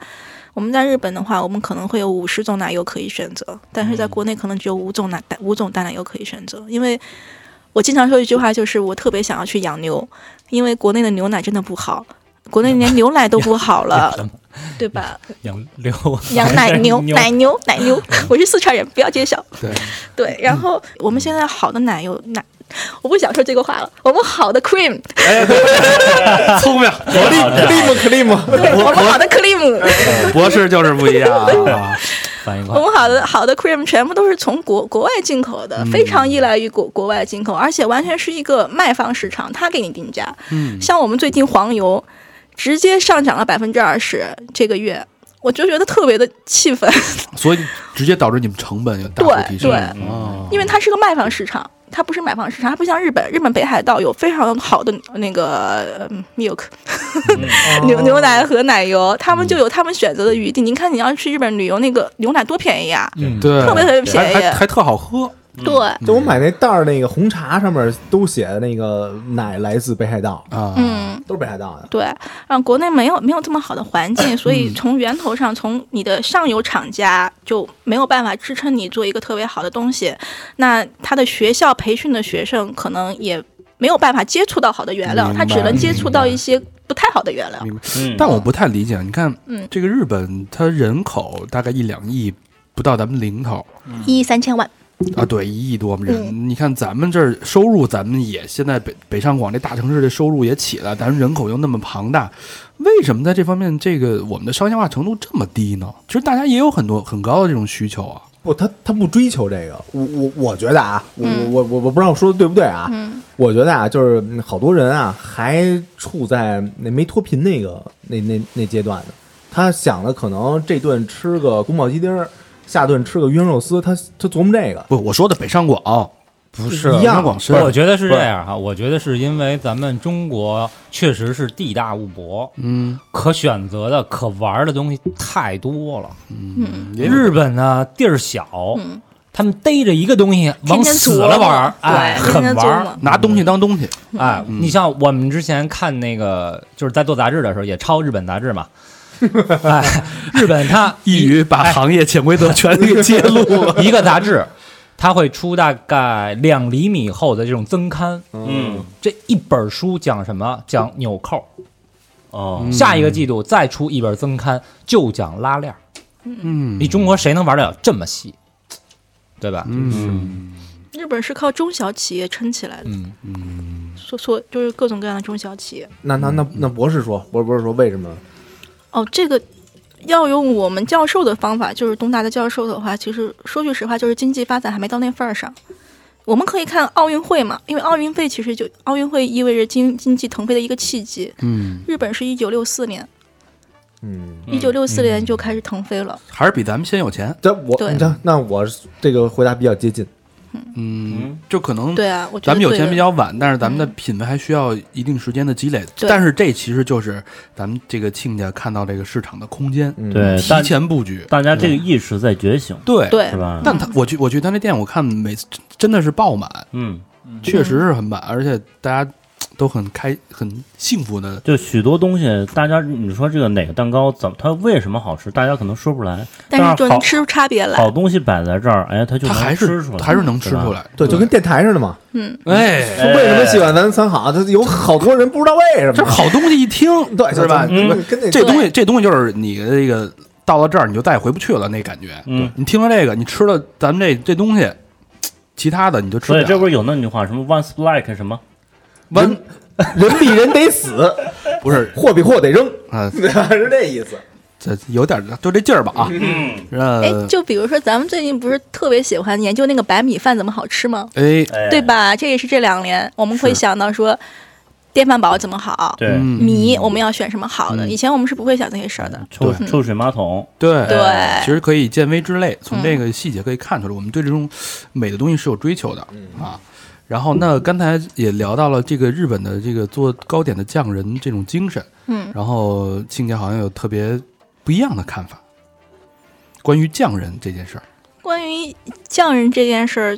S7: 我们在日本的话，我们可能会有五十种奶油可以选择，但是在国内可能只有五种奶五种淡奶油可以选择。因为我经常说一句话，就是我特别想要去养牛，因为国内的牛奶真的不好，国内连牛奶都不好了，对吧？
S6: 养牛，
S7: 养奶 牛，奶牛，奶牛。 我是四川人，不要揭晓。
S2: 对，
S7: 对，然后我们现在好的奶油奶，我不想说这个话了。我们好的 cream，
S2: 聪明，
S3: ，Clim
S7: 对我们好的 cream，
S2: 博士就是不一样啊。
S6: 反应
S7: 我
S6: 快。
S7: 们好的好的 cream 全部都是从国国外进口的，非常
S2: 嗯
S7: 依赖于国国外进口，而且完全是一个卖方市场，他给你定价。
S2: 嗯，
S7: 像我们最近黄油直接上涨了百分之二十，这个月。我就觉得特别的气愤，
S2: 所以直接导致你们成本有大幅提
S7: 对
S2: 升。
S7: 对，
S2: 哦
S7: 因为它是个卖方市场，它不是买方市场，它不像日本，日本北海道有非常好的那个嗯 milk
S2: 嗯
S7: 牛牛奶和奶油，他们就有他们选择的余地。您看，你要去日本旅游，那个牛奶多便宜啊，
S6: 嗯，
S2: 对，
S7: 特别特别便
S2: 还还
S7: 宜。嗯
S2: 还特好喝。
S7: 对，
S4: 嗯
S3: 就我买那袋儿那个红茶上面都写的那个奶来自北海道，
S2: 啊，
S7: 嗯，
S3: 都是北海道的。
S7: 对，然后国内没有没有这么好的环境，所
S6: 嗯
S7: 以从源头上，从你的上游厂家就没有办法支撑你做一个特别好的东西，那他的学校培训的学生可能也没有办法接触到好的原料，
S2: 明白
S7: 他只能接触到一些不太好的原料。
S2: 明白。
S4: 嗯
S2: 但我不太理解，你看
S7: 嗯
S2: 这个日本，它人口大概一两亿，不到咱们零头
S7: 一亿三千万，
S2: 啊，对，一亿多嘛人。
S7: 嗯
S2: 你看咱们这儿收入，咱们也现在北北上广这大城市的收入也起来，咱们人口又那么庞大，为什么在这方面这个我们的商业化程度这么低呢？其实大家也有很多很高的这种需求啊。
S3: 不，他他不追求这个。我我我觉得啊，我
S7: 嗯
S3: 我我我不知道我说的对不对啊。
S7: 嗯
S3: 我觉得啊，就是嗯好多人啊，还处在那没脱贫那个那那那阶段呢。他想的可能这顿吃个宫保鸡丁儿，下顿吃个鱼香肉丝，他他琢磨这个
S2: 不，我说的北上广
S3: 不
S2: 是
S3: 一
S2: 北上
S3: 样
S2: 广深，
S6: 我觉得是这样哈，我觉得是因为咱们中国确实是地大物博，
S2: 嗯
S6: 可选择的、可玩的东西太多了。
S7: 嗯
S2: 也有
S6: 日本呢地儿小，
S7: 嗯，
S6: 他们逮着一个东西
S7: 天
S6: 往
S7: 天
S6: 死
S7: 琢
S6: 了
S7: 磨，
S6: 玩儿，哎，
S7: 对，天
S6: 狠
S7: 天嗯
S6: 玩
S7: 琢
S6: 儿，
S7: 磨，
S2: 拿东西当东西，
S6: 哎，你像我们之前看那个，就是在做杂志的时候也抄日本杂 志嘛，哎，日本它
S2: 一语把行业潜规 则全给揭露了。
S6: 一个杂志，它会出大概两厘米厚的这种增刊，
S4: 嗯
S6: 这一本书讲什么？讲纽扣。
S4: 哦
S2: 嗯
S6: 下一个季度再出一本增刊，就讲拉链儿。
S2: 嗯
S6: 你中国谁能玩得了这么细？对吧？
S2: 嗯，
S7: 日本是靠中小企业撑起来的，
S6: 嗯，
S7: 所所就是各种各样的中小企业。
S3: 那那那那博士说，博士博士说为什么？
S7: 哦，这个要用我们教授的方法，就是东大的教授的话，其实说句实话，就是经济发展还没到那份儿上。我们可以看奥运会嘛，因为奥运会其实就奥运会意味着经经济腾飞的一个契机。
S2: 嗯，
S7: 日本是一九六四年，
S3: 嗯，
S7: 一九六四年就开始腾飞了。
S2: 还是比咱们先有钱。
S3: 这我
S7: 对
S3: 你看，那我这个回答比较接近。
S2: 嗯，就可能
S7: 对啊，我觉得
S2: 咱们有
S7: 对
S2: 钱
S7: 的嗯
S2: 比较晚，但是咱们的品味还需要一定时间的积累。
S7: 对
S2: 但是这其实就是咱们这个亲家看到这个市场的空间，
S3: 嗯，
S4: 对，
S2: 提
S4: 大
S2: 前布局。
S4: 大家这个意识在觉醒，
S2: 对，
S7: 对
S4: 是，吧？
S2: 但他我去我去他那店，我看每次真的是爆满，
S4: 嗯，
S2: 确实是很满，而且大家。都很开很幸福的。
S4: 就许多东西，大家你说这个哪个蛋糕怎么它为什么好吃，大家可能说不出来，
S7: 但是就能
S4: 好
S7: 吃出差别来。
S4: 好东西摆在这儿，哎，它就
S2: 它
S4: 能
S2: 还
S4: 吃
S2: 是
S4: 出来，
S2: 还是能吃
S4: 对吧
S2: 出。来，
S3: 对，就跟电台似的嘛。
S7: 嗯，
S2: 哎，
S3: 为什么喜欢咱三好？他有好多人不知道为什
S2: 这
S3: 么，
S2: 好东西一听
S3: 对，
S2: 是吧？
S3: 就
S4: 嗯
S3: 跟
S7: 哎
S3: 那
S2: 这东西这东西就是你的这个到了这儿你就再也回不去了那感觉。
S4: 嗯，
S2: 你听了这个，你吃了咱们这这东西，其他的你就吃不
S4: 所以这
S2: 了。
S4: 不是有那句话什么 “once black” 什么？
S2: 完
S3: 人比人得死，
S2: 不是
S3: 货比货得扔，
S2: 啊，
S3: 是这意思。
S2: 这有点儿就这劲儿吧啊。
S7: 哎
S2: 嗯，，
S7: 就比如说咱们最近不是特别喜欢研究那个白米饭怎么好吃吗？
S2: 哎，
S4: 哎，
S7: 对？吧？这也是这两年我们会想到说，电饭煲怎么好，
S4: 对，
S2: 嗯，
S7: 米我们要选什么好的。
S2: 嗯
S7: 以前我们是不会想这些事儿的。
S4: 抽
S7: 对
S4: 抽水马 桶，
S2: 对
S7: 对，嗯
S2: 其实可以见微知类，从这个细节可以看出来，我们对这种美的东西是有追求的
S4: 嗯
S2: 啊。然后，那刚才也聊到了这个日本的这个做糕点的匠人这种精神，
S7: 嗯，
S2: 然后庆姐好像有特别不一样的看法，关于匠人这件事儿。
S7: 关于匠人这件事儿，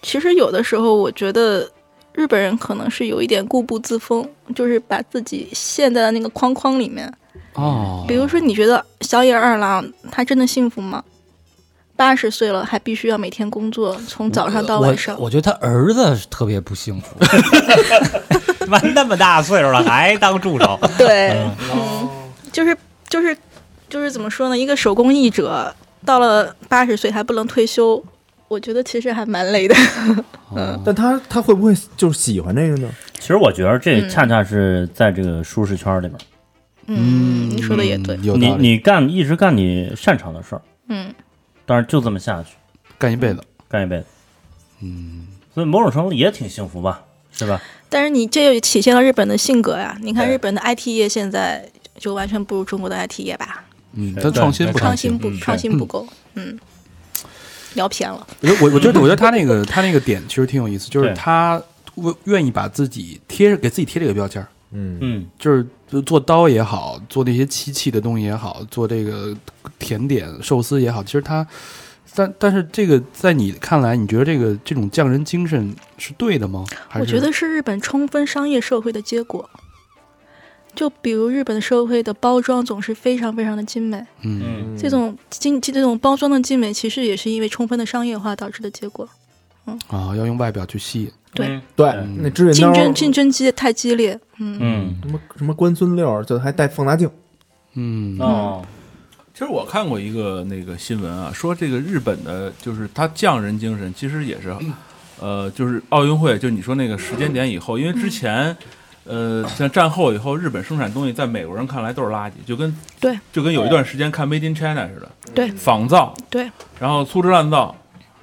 S7: 其实有的时候我觉得日本人可能是有一点固步自封，就是把自己陷在了那个框框里面。
S2: 哦
S7: 比如说，你觉得小野二郎他真的幸福吗？八十岁了还必须要每天工作，从早上到晚上
S6: 我。。我觉得他儿子是特别不幸福，妈那么大岁数了还当助手，
S7: 对，嗯，就是就是就是怎么说呢？一个手工艺者到了八十岁还不能退休，我觉得其实还蛮累的。
S3: 但他他会不会就是喜欢这个呢？
S4: 其实我觉得这
S7: 嗯
S4: 恰恰是在这个舒适圈里边，
S7: 嗯，你说的也对
S2: 嗯。有
S4: 你
S2: 道理，
S4: 你干一直干你擅长的事儿，
S7: 嗯，
S4: 但是就这么下去
S2: 干一辈子，
S4: 干一辈子，
S2: 嗯，
S4: 所以某种程度也挺幸福吧，是吧？
S7: 但是你这也体现了日本的性格呀。你看
S4: 对
S7: 日本的 IT 业现在就完全不如中国的 IT 业吧，
S2: 嗯，
S4: 是
S2: 他创新
S4: 对
S2: 不
S7: 创
S2: 创
S7: 新不
S4: 嗯
S7: 创
S4: 是
S7: 新不够，嗯，聊偏了。
S2: 我觉得我我觉得我觉得他那个他那个点其实挺有意思，就是
S4: 对
S2: 他愿愿意把自己贴给自己贴这个标签儿，
S3: 嗯，
S4: 嗯，
S2: 就是就做刀也好，做那些漆器的东西也好，做这个甜点寿司也好，其实他。但但是这个在你看来，你觉得这个这种匠人精神是对的吗？还
S7: 我
S2: 是
S7: 觉得是日本充分商业社会的结果。就比如日本社会的包装总是非常非常的精美，
S2: 嗯，
S4: 嗯
S7: 这种精这种包装的精美，其实也是因为充分的商业化导致的结果。
S2: 啊，要用外表去吸引，
S7: 对
S4: 嗯
S3: 对
S2: 嗯，
S3: 那志愿
S7: 竞
S3: 刀
S7: 争竞争激太激烈，嗯，
S4: 嗯
S3: 什么什么关孙六，就还带放大镜，
S2: 嗯，
S4: 哦，
S5: 其实我看过一个那个新闻啊，说这个日本的，就是他匠人精神，其实也是，
S7: 嗯
S5: 呃，就是奥运会，就你说那个时间点以后，因为
S7: 嗯
S5: 之前，呃，像战后以后，日本生产东西在美国人看来都是垃圾，就跟
S7: 对，
S5: 就跟有一段时间看《Made in China》似的，
S7: 对
S5: 仿造，
S7: 对，
S5: 然后粗制滥造，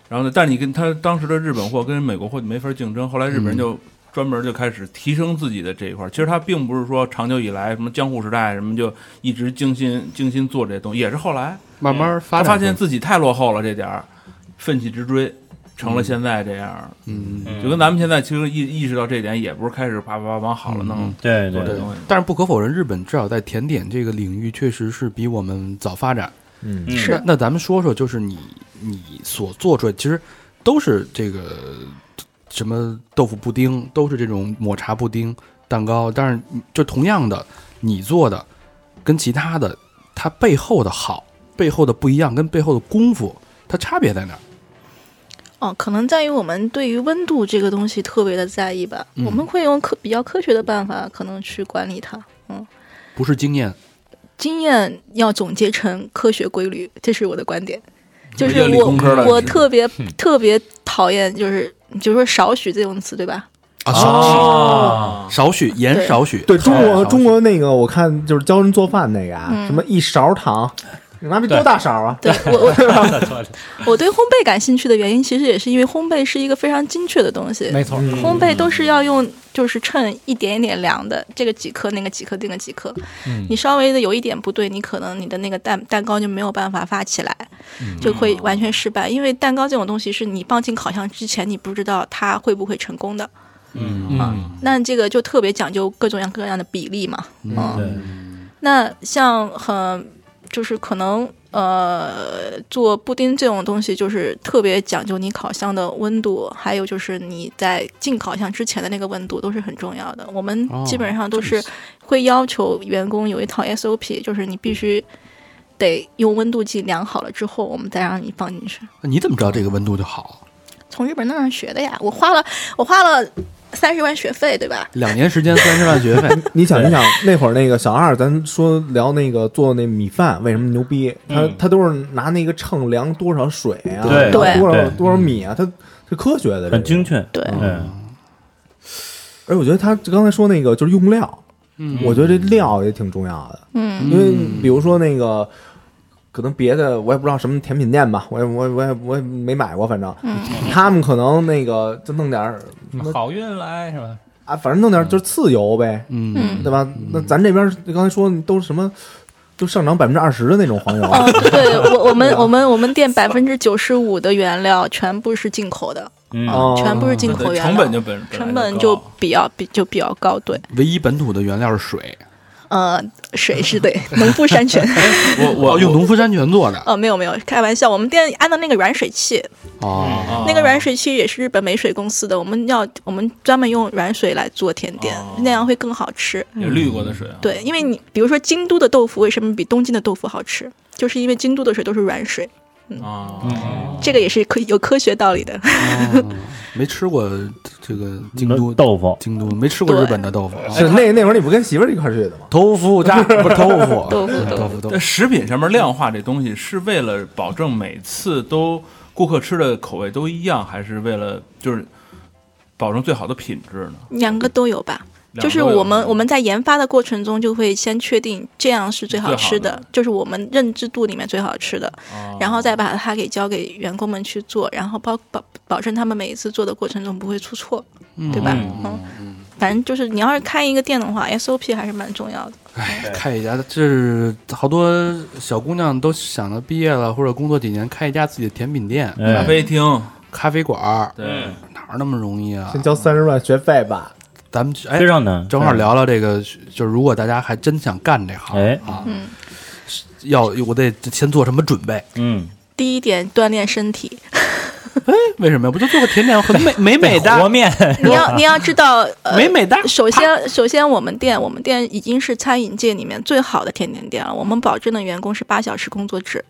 S5: 然后呢，但你跟他当时的日本货跟美国货就没法竞争，后来日本人
S2: 嗯
S5: 就。专门就开始提升自己的这一块儿，其实他并不是说长久以来什么江户时代什么就一直精心精心做这些东西，也是后来
S2: 慢慢发
S5: 他
S2: 展
S5: 发现自己太落后了这点儿，奋起直追，成了现在这样儿。
S2: 嗯，
S4: 嗯
S5: 就跟咱们现在其实意意识到这一点，也不是开始叭叭叭往好了
S2: 嗯
S5: 弄。
S4: 对
S5: 做这
S4: 对，
S5: 东西，
S2: 但是不可否认，日本至少在甜点这个领域确实是比我们早发展。
S3: 嗯
S4: 嗯
S7: 是
S2: 那那咱们说说，就是你你所做出来，其实都是这个什么豆腐布丁，都是这种抹茶布丁蛋糕，但是就同样的，你做的跟其他的，它背后的好，背后的不一样，跟背后的功夫，它差别在哪儿？
S7: 哦，可能在于我们对于温度这个东西特别的在意吧，我
S5: 嗯
S7: 们会用科比较科学的办法，可能去管理它。
S2: 不是经验，
S7: 经验要总结成科学规律，这是我的观点。就是
S5: 这理
S7: 我
S5: 工科的
S7: 我
S5: 是
S7: 特别特别讨厌，就是比如说少许这种词，对吧？
S2: 啊，少许、
S4: 啊，
S2: 少许盐
S7: 对
S2: 少许，
S3: 对中
S2: 少
S3: 国
S2: 许
S3: 中国那个，我看就是教人做饭那个啊，
S7: 嗯
S3: 什么一勺糖，你拿那多大勺 啊？
S7: 对我我我对烘焙感兴趣的原因，其实也是因为烘焙是一个非常精确的 东西。
S6: 没错，
S3: 嗯
S7: 烘焙都是要用，就是秤一点一点量的，这个几克，那个几克，那个几克。你稍微的有一点不对，你可能你的那个蛋蛋糕就没有办法发起来，就会完全失败。因为蛋糕这种东西是你放进烤箱之前，你不知道它会不会成功的。
S4: 嗯
S7: 啊，那这个就特嗯
S2: 啊
S4: 嗯
S7: 别讲究各种样各样的比例嘛。
S4: 对，
S7: 那像很、就是可能呃做布丁这种东西，就是特别讲究你烤箱的温度，还有就是你在进烤箱之前的那个温度都是很重要的。我们
S2: 哦
S7: 基本上都是会要求员工有一套 SOP，就是你必须得用温度计量好了之后，我们再让你放进去。
S2: 你怎么知道这个温度就好？
S7: 从日本那儿学的呀，我花了我花了三十万学费，对吧？
S2: 两年时间三十万学费，
S3: 你想，你想那会儿那个小二，咱说聊那个做那米饭为什么牛逼？他
S4: 嗯
S3: 他都是拿那个秤量多少水啊，
S4: 对
S7: 对
S3: 多少
S4: 对
S3: 多少米啊，他是科学的，
S4: 很精
S3: 确。
S4: 确。
S2: 啊
S7: 对，
S4: 嗯，
S3: 而我觉得他刚才说那个就是用料，
S2: 嗯
S3: 我觉得这料也挺重要的，
S7: 嗯
S3: 因为比如说那个。可能别的我也不知道什么甜品店吧，我也我也我也我也没买过，反正、
S7: 嗯
S3: 他们可能那个就弄点儿
S6: 好运来是吧？
S3: 啊，反正弄点儿就是次油呗，
S2: 嗯，
S3: 对吧？那咱这边儿刚才说都是什么，都上涨百分之二十的那种黄油，啊
S7: 哦，对我我们我们我们店百分之九十五的原料全部是进口的，
S4: 嗯，
S3: 哦
S7: 全部是进口原料，
S5: 成本就本
S7: 啊成本就比较比就比较高，对，
S2: 唯一本土的原料是水，
S7: 呃，水是对农夫山泉，
S5: 我我
S2: 哦，用农夫山泉做的
S7: 呃，没有没有，开玩笑，我们店安的那个软水器，
S2: 哦，
S7: 那个软水器也是日本美水公司的，我们要我们专门用软水来做甜点，那样会更好吃。
S5: 也滤过的水啊，
S7: 对，因为你比如说京都的豆腐为什么比东京的豆腐好吃，就是因为京都的水都是软水，
S5: 啊，
S2: 嗯
S7: 这个也是科有科学道理的。
S2: 哦没吃过这个京都
S4: 豆腐，
S2: 京都没吃过日本的豆腐，
S3: 是那那会儿你不跟媳妇儿一块儿去的吗？
S2: 豆腐渣不是豆腐，嗯
S7: 豆腐
S2: 豆腐豆
S5: 在
S2: 腐，
S5: 食品上面量化这东西，是为了保证每次都顾客吃的口味都一样，还是为了就是保证最好的品质呢？
S7: 两个都有吧。
S5: 两个
S7: 就是
S5: 都有
S7: 我们我们在研发的过程中，就会先确定这样是最好吃
S5: 最好
S7: 的，就是我们认知度里面最好吃的，
S5: 啊
S7: 然后再把它给交给员工们去做，然后保保保证他们每一次做的过程中不会出错，对吧？嗯，反正就是你要是开一个店的话，SOP 还是蛮重要的。
S2: 哎，开一家，这是好多小姑娘都想着毕业了或者工作几年开一家自己的甜品店、
S5: 咖
S4: 哎，
S5: 啡厅，
S2: 咖啡馆儿，
S5: 对，
S2: 哪儿那么容易啊
S3: 先？交三十万学费吧，
S2: 咱们去哎
S4: 非，常难。
S2: 正好聊聊这个，就是如果大家还真想干这行
S4: 哎
S2: 啊，
S7: 嗯
S2: 要我得先做什么准备？
S4: 嗯，
S7: 第一点，锻炼身体，
S2: 为什么呀？不就做个甜点，很 美美美
S6: 和
S2: 的，
S6: 面，
S7: 你 要你要知道，呃，
S2: 美美的。
S7: 首先，首先我们店，我们店已经是餐饮界里面最好的甜点店了。我们保证的员工是八小时工作制，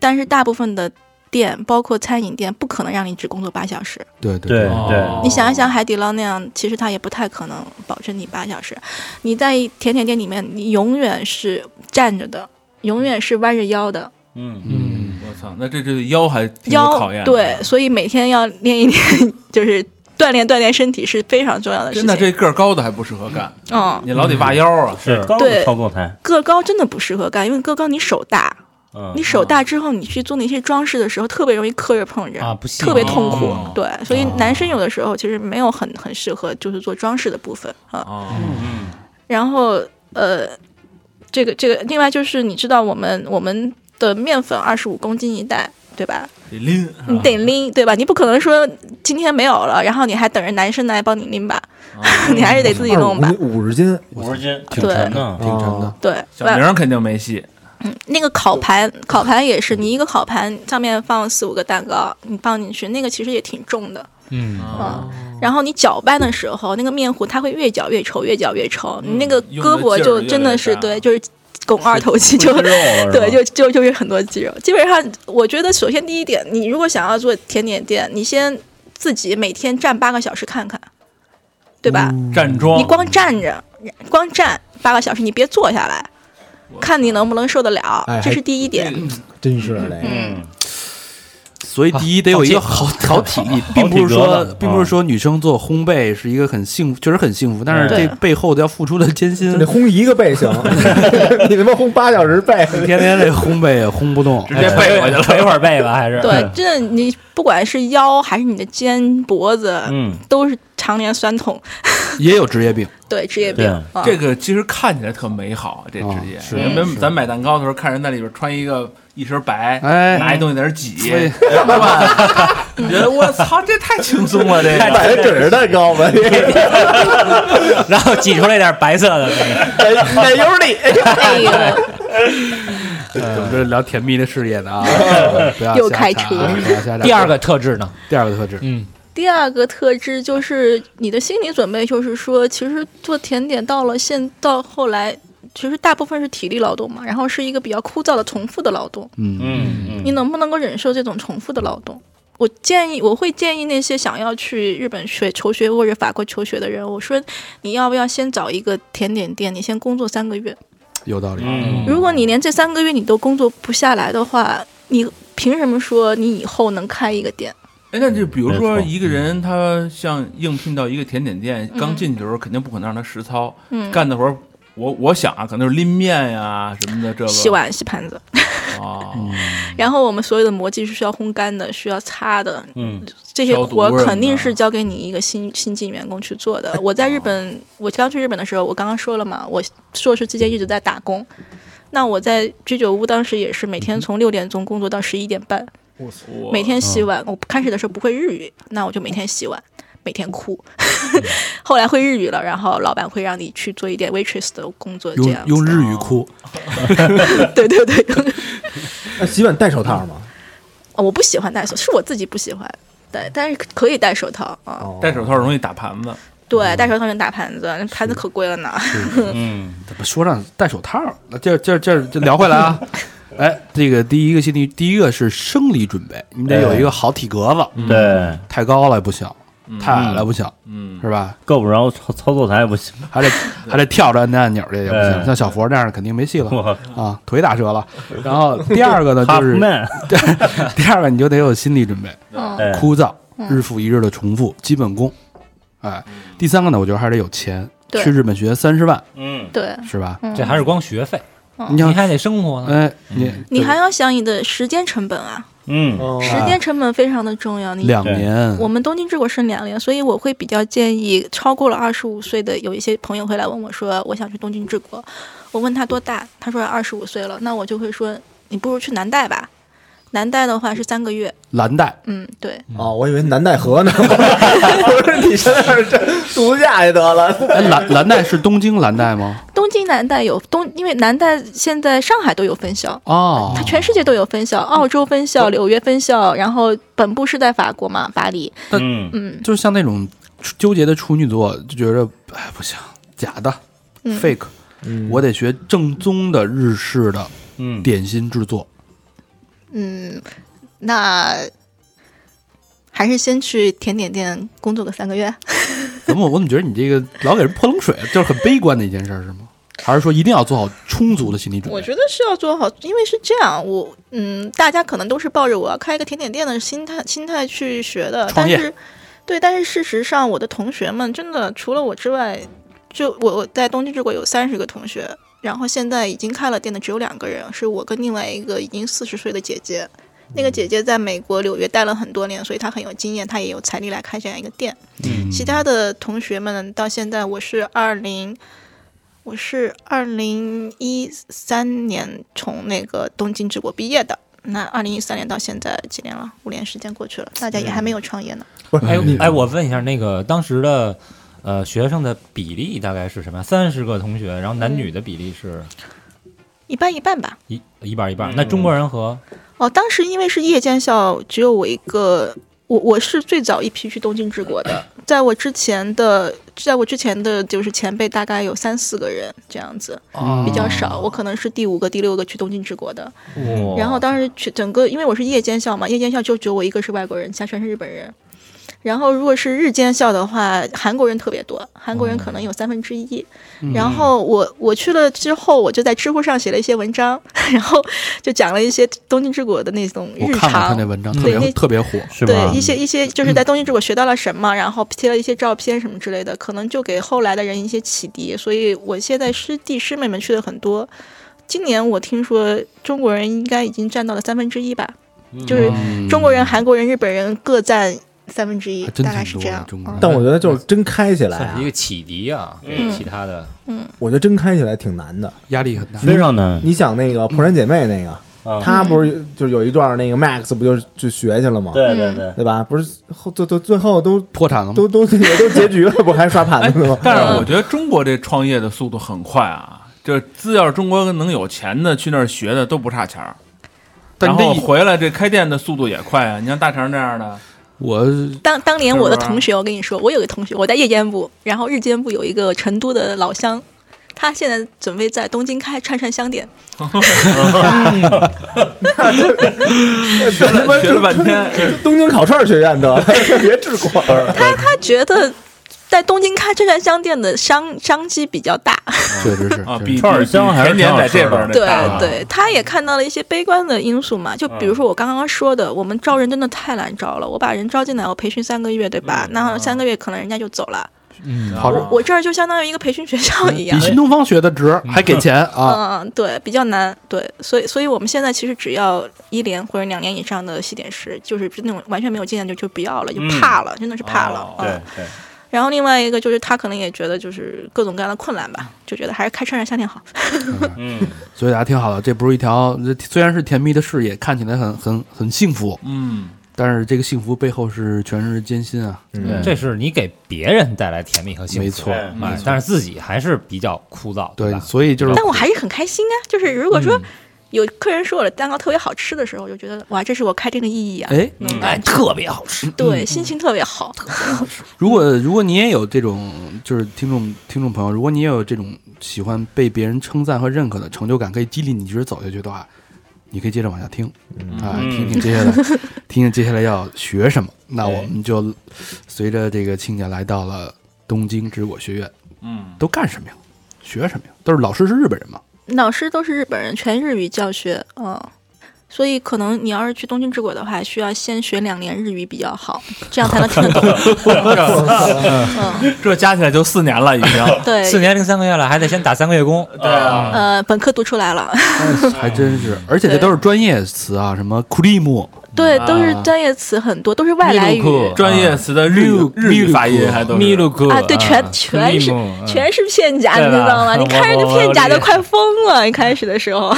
S7: 但是大部分的店，包括餐饮店，不可能让你只工作八小时。
S2: 对啊
S4: 对
S2: 对，
S5: 哦
S7: 你想一想，海底捞那样，其实它也不太可能保证你八小时。你在甜点店里面，你永远是站着的，永远是弯着腰的，
S4: 嗯，
S2: 嗯，
S5: 我操，那这这腰还挺有
S7: 腰
S5: 考验的
S7: 对，，所以每天要练一练， 就是锻炼锻炼身体是非常重要的事
S5: 真的
S7: 情。
S5: 这个儿高的还不适合干，
S7: 嗯，
S5: 你老得挖腰啊，
S4: 是高
S7: 对
S4: 的操控台，
S7: 个高真的不适合干，因为个高你手大。
S4: 嗯
S7: 你，手大之后，你去做那些装饰的时候，特别容易磕着碰人
S6: 啊不行
S7: 特别痛苦。
S5: 哦
S7: 对，所以男生有的时候其实没有很很适合就是做装饰的部分啊。
S5: 啊，
S7: 然后呃，这个这个，另外就是你知道我们我们的面粉二十五公斤一袋。对吧？
S5: 得拎，
S7: 你得拎，对吧？你不可能说今天没有了，然后你还等着男生来帮你拎吧？ 你还是得自己弄吧
S3: 二。五十斤，
S4: 五十斤，
S2: 挺沉的，
S3: 对
S2: 挺沉的
S3: 哦。
S7: 对，
S5: 小明儿肯定没戏，
S7: 那个烤盘，烤盘也是，你一个烤盘上面放四五个蛋糕，你放进去，那个其实也挺重的。
S6: 嗯，
S7: 嗯，然后你搅拌的时候，那个面糊它会越搅越稠，越搅越稠，你那个
S5: 嗯用
S7: 胳
S5: 的
S7: 膊
S5: 劲儿
S7: 就
S5: 越
S7: 真
S5: 来
S7: 的
S5: 越
S7: 是
S5: 大
S7: 对，就是肱二头 肌就
S4: 吃肉了是吧
S7: 对，就就就是很多肌肉。基本上，我觉得首先第一点，你如果想要做甜点店，你先自己每天站八个小时看看，对吧？
S5: 站桩，
S7: 你光站着，光站八个小时，你别坐下来，看你能不能受得了
S3: 哎，
S7: 这
S3: 还
S7: 是第一点。
S3: 真是的。
S7: 嗯，
S2: 所以第一得有一个好好体力，嗯并不是
S4: 好
S2: 说
S4: 体格子
S2: 并不是说女生做烘焙是一个很幸福，确实很幸福，但是
S7: 对
S2: 这背后要付出的艰辛
S3: 你，得烘一个背行， 你他妈烘八小时背，
S2: 天天这烘焙也烘不动， 哎
S5: 直接背过去了，
S4: 陪会儿背吧，还是
S7: 对，真的，你不管是腰还是你的肩脖子，
S4: 嗯，
S7: 都是常年酸痛，
S2: 也有职业 病。
S7: 对职业病
S4: 对
S7: 啊。
S5: 这个其实看起来特美好，这职业。
S2: 啊是
S5: 你们咱买蛋糕的时候，看人在里边穿一个一身白，
S2: 哎
S5: 拿一东西在那儿挤，
S2: 所以
S5: 是吧？ 你觉得我操，这太轻松了，这个。
S3: 买的准是蛋糕 吧？你
S6: 然哎后挤出来点白色的那个，
S3: 奶油里，
S7: 哎呦，
S2: 我们聊甜蜜的事业呢 啊，不要
S7: 又
S2: 瞎
S7: 开
S2: 查啊
S7: 车
S2: 不要瞎查
S6: 第二个特质呢？
S2: 第二个特质，
S6: 嗯，
S7: 第二个特质就是你的心理准备，就是说，其实做甜点到了现到后来，其实大部分是体力劳动嘛，然后是一个比较枯燥的重复的劳动。
S2: 嗯
S4: 嗯
S7: 你能不能够忍受这种重复的劳动？我建议，我会建议那些想要去日本学求学或者法国求学的人，我说你要不要先找一个甜点店，你先工作三个月。
S2: 有道理，
S4: 嗯
S7: 如果你连这三个月你都工作不下来的话，你凭什么说你以后能开一个店？
S5: 哎，那就比如
S4: 没
S5: 说
S4: 错
S5: 一个人，他像应聘到一个甜点店，
S7: 嗯
S5: 刚进去的时候肯定不可能让他实操，
S7: 嗯，
S5: 干的活儿，我我想啊，可能就是拎面呀、什么的这个
S7: 洗碗、洗盘子，
S5: 啊，
S7: 然后我们所有的模具是需要烘干的，需要擦的，
S4: 嗯
S7: 这些
S5: 消毒
S7: 活
S5: 味儿啊
S7: 肯定
S5: 呢
S7: 是交给你一个新新进员工去做的。我在日
S5: 哦
S7: 本，我刚去日本的时候，我刚刚说了嘛，我硕士期间一直在打工。那我在居酒屋当时也是每天从六点钟工作到十一点半，
S5: 嗯我嗯
S7: 每天洗碗。我开始的时候不会日语，那我就每天洗碗，每天哭。
S5: 嗯
S7: 后来会日语了，然后老板会让你去做一点 waitress 的工作，这
S2: 用
S7: 样
S2: 用
S7: 子。
S2: 日语哭，
S7: 对对 对，
S3: 那洗碗戴手套吗？
S7: 哦我不喜欢戴手，是我自己不喜欢。对，但是可以戴手套啊。
S3: 哦
S5: 戴手套容易打盘子，
S7: 对，戴手套能打盘子，那盘子可贵了呢。
S4: 嗯
S2: 怎么说上戴手套？那这这这这聊回来 啊。哎，这个第一个心理，第一个是生理准备，你得有一个好体格子，
S4: 嗯，对，
S2: 太高了也不行，太矮了也不行，
S5: 嗯，
S2: 是吧？
S4: 够不着操操作台也不行，
S2: 还得还得跳着按那按钮，这也不行。
S4: 哎
S2: 像小佛这样的肯定没戏了
S4: 我
S2: 啊，腿打折了。然后第二个 呢，
S4: 哈
S2: 就
S4: 夫
S2: 是
S4: 曼，
S2: 第二个你就得有心理准备，
S7: 嗯，
S4: 哎
S2: 枯燥，日复一日的重复基本功。哎，第三个呢，我觉得还得有钱，
S7: 对
S2: 去日本学三十万
S4: 嗯
S7: 对，
S2: 是吧？
S7: 嗯
S6: 这还是光学费，
S2: 你
S6: 您
S2: 想，
S6: 还得生活呢。
S2: 哎，你
S7: 你还要想你的时间成本啊，
S4: 嗯
S3: 哦
S7: 时间成本非常的重要。你
S2: 两年，
S7: 我们东京治国是两年，所以我会比较建议超过了二十五岁的有一些朋友会来问我说，我想去东京治国。我问他多大，他说二十五岁了，那我就会说你不如去南带吧。南带的话是三个月，
S2: 蓝带
S7: 嗯，对，
S3: 哦，我以为南戴河呢。 我说你上那儿这度假去得了。
S2: 哎，蓝蓝带是东京蓝带吗？
S7: 东京南带有东，因为南带现在上海都有分校，
S2: 哦
S7: 它，全世界都有分校，澳洲分校、纽约分校，然后本部是在法国嘛，巴黎。
S4: 嗯
S7: 嗯
S2: 就是像那种处纠结的处女座，就觉着哎不行，假的
S7: 嗯，
S2: fake，我得学正宗的日式的
S4: 嗯，
S2: 点心制作。
S7: 嗯，那还是先去甜点店工作个三个月。
S2: 怎么我怎么觉得你这个老给人泼冷水，就是很悲观的一件事儿是吗？还是说一定要做好充足的心理准
S7: 我
S2: 备？
S7: 觉得是要做好，因为是这样，我嗯，大家可能都是抱着我要开一个甜点店的心态心态去学的，
S2: 创
S7: 但
S2: 业
S7: 是对，但是事实上，我的同学们真的除了我之外，就我我在东京之国有三十个同学，然后现在已经开了店的只有两个人，是我跟另外一个已经四十岁的姐姐。那个姐姐在美国纽约待了很多年，所以她很有经验，她也有财力来开这样一个店。
S2: 嗯
S7: 其他的同学们到现在，我是二零，我是二零一三年从那个东京之国毕业的。那二零一三年到现在几年了？五年时间过去了，大家也还没有创业呢。
S3: 不是
S6: 哎
S3: 你
S6: 哎，我问一下，那个当时的呃学生的比例大概是什么呀？三十个同学，然后
S5: 嗯
S6: 男女的比例是
S7: 一半一半吧。
S6: 一一半儿一
S5: 嗯
S6: 半儿。那中国人和
S7: 哦，当时因为是夜间校，只有我一个，我我是最早一批去东京之国的。在我之前的，在我之前的就是前辈大概有三四个人这样子，比较少。我可能是第五个、第六个去东京之国的。
S2: 哦
S7: 然后当时去整个，因为我是夜间校嘛，夜间校就只有我一个是外国人，其他全是日本人。然后如果是日间校的话，韩国人特别多，韩国人可能有三分之一。
S2: 嗯
S7: 然后我我去了之后，我就在知乎上写了一些文章， 然后就讲了一些东京之国的那种
S2: 我
S7: 日
S2: 看了他
S7: 常
S2: 那。文章，
S6: 嗯
S2: 特别
S7: 对
S2: 特别火。
S4: 是吧
S7: 对？一些一些就是在东京之国学到了什么，
S2: 嗯
S7: 然后贴了一些照片什么之类的，可能就给后来的人一些启迪。所以我现在师弟师妹们去的很多。今年我听说中国人应该已经占到了三分之一吧，就是
S2: 嗯
S7: 中国人、韩国人、日本人各占三分之一
S2: 还，真
S7: 大概
S2: 挺
S7: 是这
S2: 嗯多的
S7: 样。嗯
S2: 中国人
S3: 但我觉得就是真开起来
S6: 算
S3: 啊
S6: 是一，个启迪啊，
S5: 嗯
S6: 给其他的
S3: 我觉得真开起来挺难的。
S2: 压力很大。
S4: 非常难，
S3: 你想那个《破产姐妹》那个，
S6: 嗯
S4: 啊
S3: 她不是就有一段那个 Max 不就就学去了吗？
S4: 对对
S7: 嗯
S4: 对，
S3: 对吧？不是后最最最后都
S2: 破产了吗？
S3: 都
S5: 哎
S6: 哎
S3: 都也都结局了，不是还刷盘子吗？嗯
S7: 嗯
S5: 但是我觉得中国这创业的速度很快啊，就是只要是中国能有钱的去那儿学的都不差钱儿，
S2: 但
S5: 然
S2: 这
S5: 后
S2: 一
S5: 回来这开店的速度也快啊！你像大成这样的，
S2: 我
S7: 当当年我的
S5: 是吧
S7: 同学，我跟你说，我有个同学，我在夜间部，然后日间部有一个成都的老乡，他现在准备在东京开串串香店，
S5: 学了学了半天，
S3: 东京烤串学院 的，别治国。
S7: 他觉得在东京开串串香店的商商机比较大，
S2: 确实是
S5: 啊，比
S4: 串儿香
S5: 比
S4: 还是
S5: 甜点
S4: 挺好
S5: 在这边儿
S4: 吃
S5: 的
S7: 对
S5: 大
S7: 对，他也看到了一些悲观的因素嘛，就比如说我刚刚说的，我们招人真的太难招了，我把人招进来，我培训三个月，对吧？那三个月可能人家就走了，
S2: 好
S5: 啊
S7: 我这儿就相当于一个培训学校 一样
S2: 比。新东方学的值，还给钱啊！
S7: 嗯，对，比较难，对，所以，所以我们现在其实只要一年或者两年以上的西点师，就是那种完全没有经验就就不要了，就怕了，真的是怕了
S5: 哦。
S7: 嗯
S4: 对对，
S7: 然后另外一个就是他可能也觉得就是各种各样的困难吧，就觉得还是开车上夏天好。
S4: 嗯，
S2: 所以大家听好了，这不是一条这虽然是甜蜜的事业，看起来很很很幸福，
S5: 嗯，
S2: 但是这个幸福背后是全是艰辛啊！
S4: 对
S6: 嗯这是你给别人带来甜蜜和幸福，
S2: 没错
S4: 哎
S6: 哎但是自己还是比较枯燥，
S2: 对，
S6: 吧？
S2: 所以就是
S7: 但我还是很开心啊，就是如果说有客人说我的蛋糕特别好吃的时候，我就觉得哇，这是我开店的意义啊。
S2: 哎，
S7: 嗯
S6: 哎，特别好吃，
S7: 对，心情特别好。
S2: 如果如果你也有这种，就是听众听众朋友，如果你也有这种喜欢被别人称赞和认可的成就感，可以激励你一直走下去的话，你可以接着往下听，啊，
S4: 嗯
S2: 听听接下来，听听接下来要学什么。那我们就随着这个亲家来到了东京之果学院，
S5: 嗯，
S2: 都干什么呀？学什么呀？都是老师是日本人嘛？
S7: 老师都是日本人，全日语教学，嗯，所以可能你要是去东京之国的话，需要先学两年日语比较好，这样才能听得懂。嗯，
S5: 这加起来就四年了已经。
S6: 四
S7: 对，
S6: 年零三个月了，还得先打三个月工，
S5: 对啊，
S7: 呃，本科读出来了，
S2: 还真是，而且这
S7: 对
S2: 都是专业词啊，什么 cream
S7: 对，
S4: 啊
S7: 都是专业词很多，都是外来语
S5: 专业词的日语日语发音还都是
S4: 米露哥
S7: 啊，对，全全是。全是片假，你知道 吗？
S4: 嗯对吧
S7: 你看人家片假
S4: 我我
S7: 都快疯了，一开始的时候。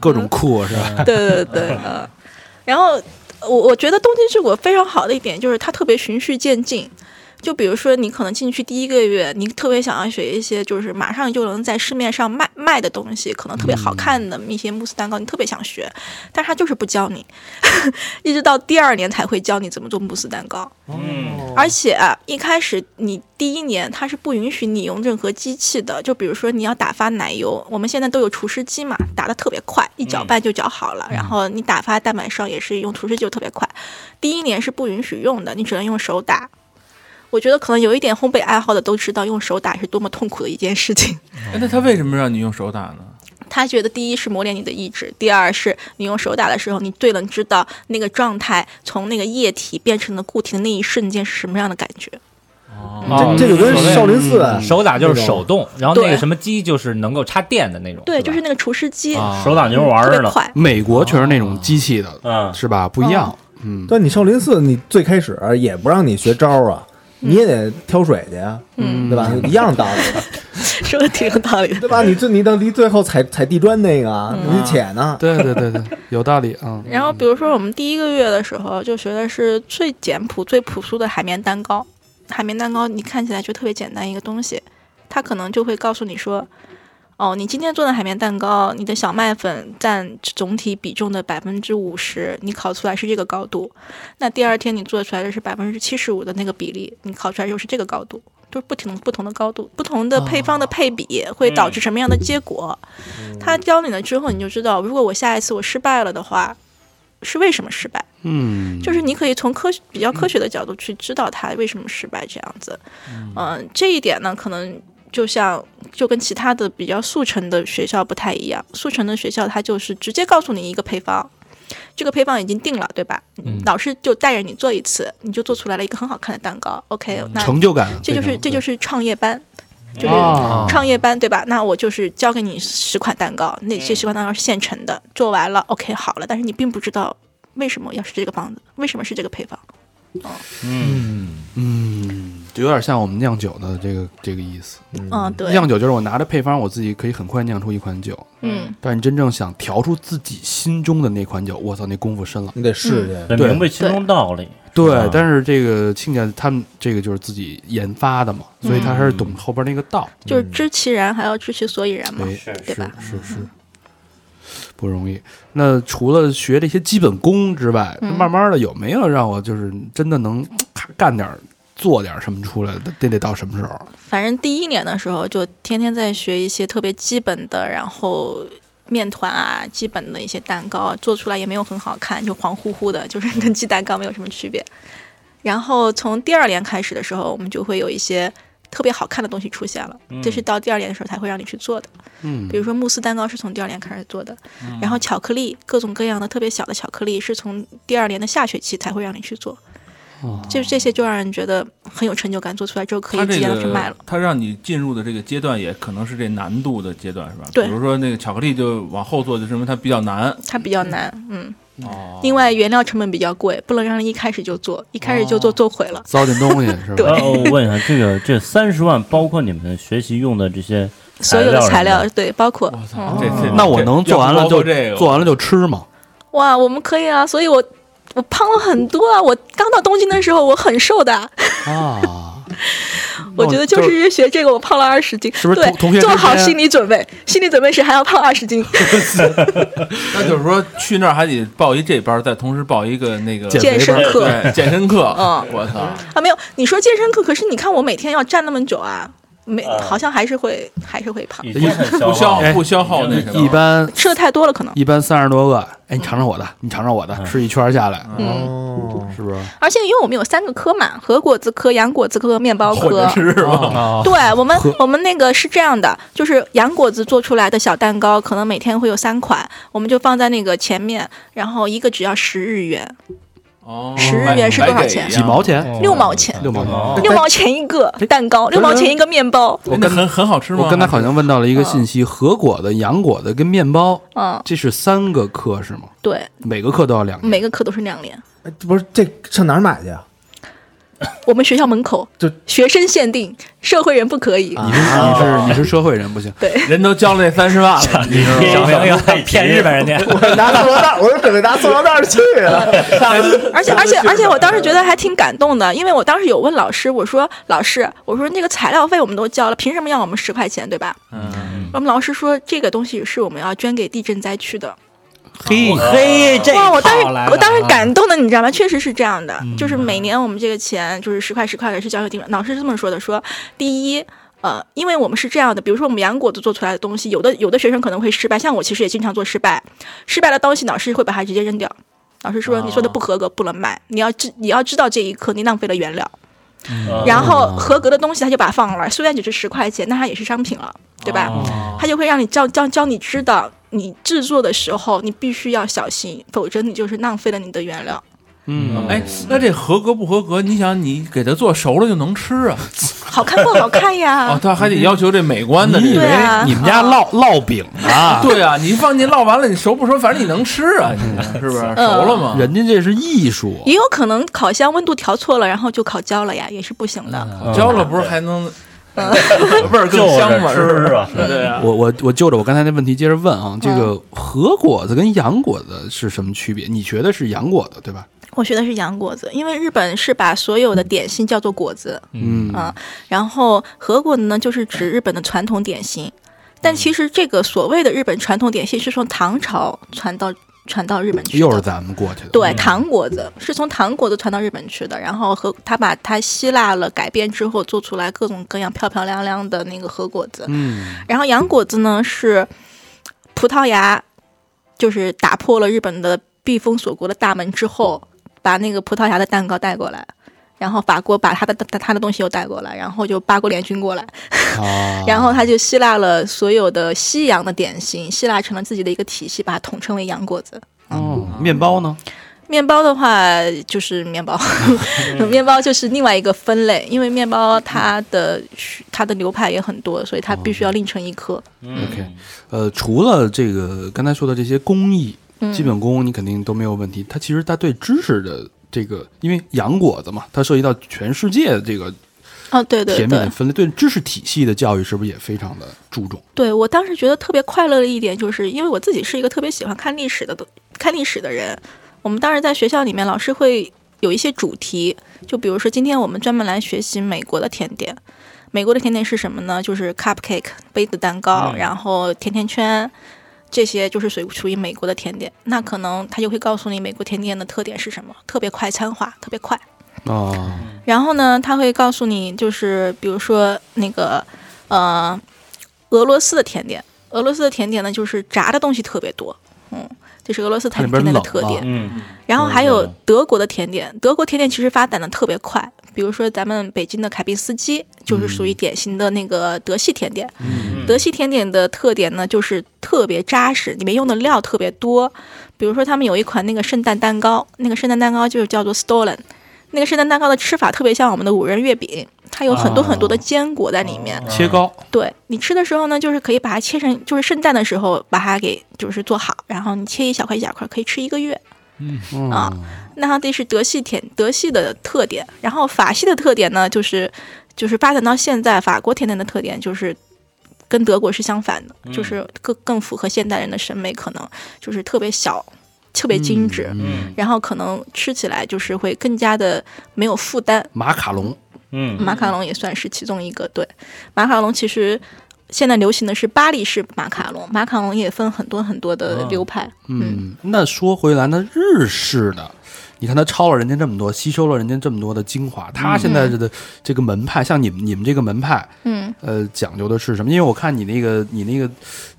S2: 各种酷是吧？
S7: 对 对对，呃，然后我我觉得东京之国非常好的一点就是它特别循序渐进。就比如说，你可能进去第一个月，你特别想要学一些就是马上就能在市面上卖卖的东西，可能特别好看的一些慕斯蛋糕，你特别想学，但是他就是不教你， 一直到第二年才会教你怎么做慕斯蛋糕。
S4: 嗯
S7: 而且、啊一开始你第一年它是不允许你用任何机器的，就比如说你要打发奶油，我们现在都有除湿机嘛，打的特别快，一搅拌就搅好了。然后你打发蛋白霜也是用除湿机就特别快，第一年是不允许用的，你只能用手打。我觉得可能有一点烘焙爱好的都知道，用手打是多么痛苦的一件事情。
S5: 哎那他为什么让你用手打呢？
S7: 他觉得第一是磨练你的意志，第二是你用手打的时候，你最能知道那个状态从那个液体变成了固体的那一瞬间是什么样的感觉。
S4: 哦
S3: 这这个跟
S4: 手
S3: 少林寺
S6: 啊手打就是手动，然后那个
S7: 对
S6: 什么机就是能够插电的那种，
S7: 对，
S6: 吧
S7: 就是那个除湿机，
S4: 手啊打牛丸
S7: 特
S4: 儿
S7: 别
S4: 呢，
S7: 快。
S2: 美国全是那种机器的，
S4: 嗯，
S2: 是吧？不一样，嗯，
S3: 对，你少林寺你最开始也不让你学招儿啊，你也得挑水去呀，
S7: 嗯
S3: 对吧？一样道理，
S7: 说的挺有道理的。
S3: 对吧？你最你到离最后踩踩地砖那个啊，你且呢？
S2: 对对对对，有道理啊。
S7: 嗯 然后，比如说我们第一个月的时候，就学的是最简朴、最朴素的海绵蛋糕。海绵蛋糕你看起来就特别简单一个东西，它可能就会告诉你说，哦，你今天做的海绵蛋糕，你的小麦粉占总体比重的百分之五十，你烤出来是这个高度。那第二天你做出来的是百分之七十五的那个比例，你烤出来又是这个高度。就是不停不同的高度，不同的配方的配比会导致什么样的结果？他教你了之后，你就知道，如果我下一次我失败了的话，是为什么失败，
S2: 嗯，
S7: 就是你可以从科学比较科学的角度去知道它为什么失败这样子。嗯、这一点呢，可能就像就跟其他的比较速成的学校不太一样，速成的学校它就是直接告诉你一个配方。这个配方已经定了，对吧？
S2: 嗯
S7: 老师就带着你做一次，你就做出来了一个很好看的蛋糕。OK，那
S2: 嗯成就感，
S7: 这就是
S2: 非常
S7: 这就是创业班，就是
S2: 啊
S7: 创业班对吧？那我就是教给你十款蛋糕，那这十款蛋糕是现成的，做完了 OK 好了，但是你并不知道为什么要是这个方子，为什么是这个配方。
S2: 嗯，就有点像我们酿酒的这个这个意思。
S7: 嗯，对，
S2: 酿酒就是我拿着配方，我自己可以很快酿出一款酒，
S7: 嗯，
S2: 但你真正想调出自己心中的那款酒，我操，那功夫深了。
S3: 你得试去。
S4: 得
S2: 对
S4: 明白其中道理，
S2: 对嗯
S4: 啊，
S2: 但是这个亲家他们这个就是自己研发的嘛，所以他
S7: 嗯
S2: 还是懂后边那个道。
S7: 就是知其然还要知其所以然嘛
S2: 哎，，
S4: 是
S7: 对吧？
S2: 是是，不容易。那除了学这些基本功之外，
S7: 嗯
S2: 慢慢的有没有让我就是真的能咔干点儿、做点儿什么出来的？这得到什么时候？
S7: 反正第一年的时候就天天在学一些特别基本的，然后面团啊，基本的一些蛋糕啊，做出来也没有很好看，就黄乎乎的，就是跟鸡蛋糕没有什么区别。然后从第二年开始的时候，我们就会有一些特别好看的东西出现了，这是到第二年的时候才会让你去做的。
S2: 嗯
S7: 比如说慕斯蛋糕是从第二年开始做的，然后巧克力各种各样的特别小的巧克力是从第二年的下学期才会让你去做，
S2: 哦
S7: 就这些就让人觉得很有成就感，做出来之后可
S5: 他
S7: 以直
S5: 这
S7: 接拿去卖
S5: 个
S7: 了。
S5: 他让你进入的这个阶段，也可能是这难度的阶段，是吧？
S7: 对
S5: 比如说那个巧克力就往后做，就说明它比较难。
S7: 它比较难，嗯，
S5: 哦，
S7: 另外原料成本比较贵，不能让人一开始就做，一开始就做做毁了。
S2: 糟践东西是
S7: 对
S2: 吧？
S4: 呃，我问一下，这个这三十万包括你们学习用的这些
S7: 所有的材料
S4: 什么
S7: 对，包括
S5: 我操，
S7: 嗯，
S5: 这这
S2: 那我能做完了就
S5: 要不包括这个，
S2: 做完了就吃嘛。
S7: 哇，我们可以啊，所以我我胖了很多啊，我刚到东京的时候我很瘦的啊，
S2: 啊，
S7: 我觉得就是因为学这个，我胖了二十斤。
S2: 是不是
S7: 对
S2: 同同学，之
S7: 做
S2: 间
S7: 好心理准备，心理准备是还要胖二十斤。
S5: 那就是说去那儿还得报一这班儿，再同时报一个那个
S2: 健
S7: 健身
S5: 对
S7: 课
S5: 对健身课。
S7: 嗯
S5: 我操，
S7: 啊，没有，你说健身课，可是你看我每天要站那么久啊，没，好像还是会还是会胖，
S4: 已经很
S5: 不消
S4: 耗
S2: 哎
S4: 了
S5: 不消耗那什么，
S2: 一般
S7: 吃的太多了可能。
S2: 一般三十多个，哎，你尝尝我的，你尝尝我的，吃一圈下来，
S7: 嗯，
S3: 哦，
S2: 是不是？
S7: 而且因为我们有三个科嘛，核果子科、洋果子科、面包嗯
S5: 混着
S7: 科。
S5: 吃是吧？
S4: 啊，
S7: 对我们，我们那个是这样的，就是洋果子做出来的小蛋糕，可能每天会有三款，我们就放在那个前面，然后一个只要十日元，
S5: 哦，
S7: 10日元是多少钱啊
S5: 买给一样
S2: 几毛？
S5: 嗯
S2: 钱，
S7: 六毛钱，
S2: 六毛钱。
S5: 哦
S7: 六毛钱一个蛋糕，
S3: 哎
S7: 六毛钱一个面包，
S5: 我跟很很好吃吗？
S2: 我刚才好像问到了一个信息：核果的、洋果的跟面包，
S3: 哎
S7: 嗯，
S2: 这是三个克是吗？
S7: 对，
S2: 每个克都要两
S7: 每个课都是两年。
S3: 哎这不是这上哪儿买去啊？
S7: 我们学校门口
S3: 就
S7: 学生限定，社会人不可以。
S2: 你是你
S7: 哦
S2: 是你是社会人不行，
S7: 对，
S5: 人都交了那三十万了，你知道吗
S4: 小朋友骗日本人家，
S3: 我拿塑料袋， 我是准备拿塑料袋去啊的。
S7: 而且而且而且，我当时觉得还挺感动的，因为我当时有问老师，我说老师，我说那个材料费我们都交了，凭什么要我们十块钱，对吧？
S5: 嗯，
S7: 我们老师说这个东西是我们要捐给地震灾区的。
S5: 哦
S2: 嘿，
S4: 嘿，这
S7: 哇，我当时
S4: 套来了啊嗯
S7: 我当时感动的，你知道吗？确实是这样的，就是每年我们这个钱就是十块十块的是交给地震，老师是这么说的，说第一。呃，因为我们是这样的，比如说我们杨果子做出来的东西，有的有的学生可能会失败，像我其实也经常做失败，失败的东西老师会把它直接扔掉，老师
S4: 哦
S7: 说你说的不合格不能卖，你要知你要知道这一刻你浪费了原料，
S4: 嗯
S7: 然后合格的东西他就把它放那儿，虽然只是十块钱，那它也是商品了，对吧？
S2: 哦
S7: 他就会让你教教教你知道，你制作的时候你必须要小心，否则你就是浪费了你的原料。
S2: 嗯，
S5: 哎，那这合格不合格？你想，你给它做熟了就能吃啊？
S7: 好看不好看
S5: 哦
S7: 呀，？
S5: 他还得要求这美观的，
S2: 你以
S5: 这
S7: 啊对
S2: 为
S5: 个。
S7: 啊
S2: 你们家烙烙饼啊？
S5: 对啊，你放进烙完了，你熟不熟？反正你能吃啊，
S7: 嗯
S5: 你是不是熟了
S7: 哦
S5: 吗？
S2: 人家这是艺术，
S7: 也有可能烤箱温度调错了，然后就烤焦了呀，也是不行
S2: 嗯
S7: 的。
S5: 焦了不是还能
S7: 嗯
S5: 味儿更香吗？
S4: 就是着吃啊
S5: 吧？对啊，
S2: 我我我就着我刚才那问题接着问啊，这
S7: 嗯
S2: 个核果子跟洋果子是什么区别？你学的是洋果子对吧？
S7: 我学的是洋果子，因为日本是把所有的点心叫做果子，
S2: 嗯
S7: 啊然后和果子呢就是指日本的传统点心，
S2: 嗯
S7: 但其实这个所谓的日本传统点心是从唐朝传到传到日本去的。
S2: 又是咱们过去的，
S7: 对，糖果子是从糖果子传到日本去的，然后和他把它希腊了改编之后做出来各种各样漂漂亮亮的那个和果子，
S2: 嗯，
S7: 然后洋果子呢是葡萄牙，就是打破了日本的避风锁国的大门之后，把那个葡萄牙的蛋糕带过来。然后法国把他的他的东西又带过来，然后就八国联军过来，
S2: 啊，
S7: 然后他就希腊了所有的西洋的点心，希腊成了自己的一个体系，把它统称为洋果子。
S2: 哦，面包呢？
S7: 面包的话就是面包，面包就是另外一个分类，因为面包它的它的流派也很多，所以它必须要另成一科。
S2: OK，呃，除了这个刚才说的这些工艺、
S7: 嗯
S2: 基本功，你肯定都没有问题。它其实它对知识的这个，因为洋果子嘛，它涉及到全世界的这个
S7: 哦，对对
S2: 甜
S7: 对
S2: 品，分类，对知识体系的教育是不是也非常的注重？
S7: 对我当时觉得特别快乐的一点，就是因为我自己是一个特别喜欢看历史的看历史的人。我们当时在学校里面，老师会有一些主题，就比如说今天我们专门来学习美国的甜点。美国的甜点是什么呢？就是 cupcake 杯子蛋糕，
S4: 嗯
S7: 然后甜甜圈，这些就是属于属于美国的甜点。那可能他就会告诉你美国甜点的特点是什么，特别快餐化，特别快。
S2: 哦，
S7: 然后呢，他会告诉你，就是比如说那个呃，俄罗斯的甜点，俄罗斯的甜点呢，就是炸的东西特别多，嗯，这是俄罗斯
S2: 它
S7: 甜
S2: 里边
S7: 甜点的
S2: 冷
S7: 特
S2: 啊
S7: 点。
S4: 嗯，
S7: 然后还有
S4: 嗯
S7: 德国的甜点，德国甜点其实发展的特别快，比如说咱们北京的凯宾斯基，
S4: 嗯
S7: 就是属于典型的那个德系甜点。德系甜点的特点呢，就是特别扎实，里面用的料特别多。比如说他们有一款那个圣诞蛋糕，那个圣诞蛋糕就是叫做 Stollen，那个圣诞蛋糕的吃法特别像我们的五仁月饼，它有
S4: 啊
S7: 很多很多的坚果在里面。
S2: 切糕，
S7: 对你吃的时候呢，就是可以把它切成，就是圣诞的时候把它给就是做好，然后你切一小块一小块，可以吃一个月。
S2: 嗯
S7: 啊那它这是德系甜德系的特点，然后法系的特点呢，就是就是发展到现在，法国甜点的特点就是跟德国是相反的，就是更更符合现代人的审美，可能就是特别小，特别精致，
S4: 嗯
S7: 然后可能吃起来就是会更加的没有负担。
S2: 马卡龙，
S4: 嗯
S7: 马卡龙也算是其中一个，对，马卡龙其实。现在流行的是巴黎式马卡龙，马卡龙也分很多很多
S2: 啊
S7: 的流派。
S2: 嗯，那说回来，那日式的，你看他抄了人家这么多，吸收了人家这么多的精华，他现在的这个门派，像你们你们这个门派，
S7: 嗯，
S2: 呃，讲究的是什么？因为我看你那个你那个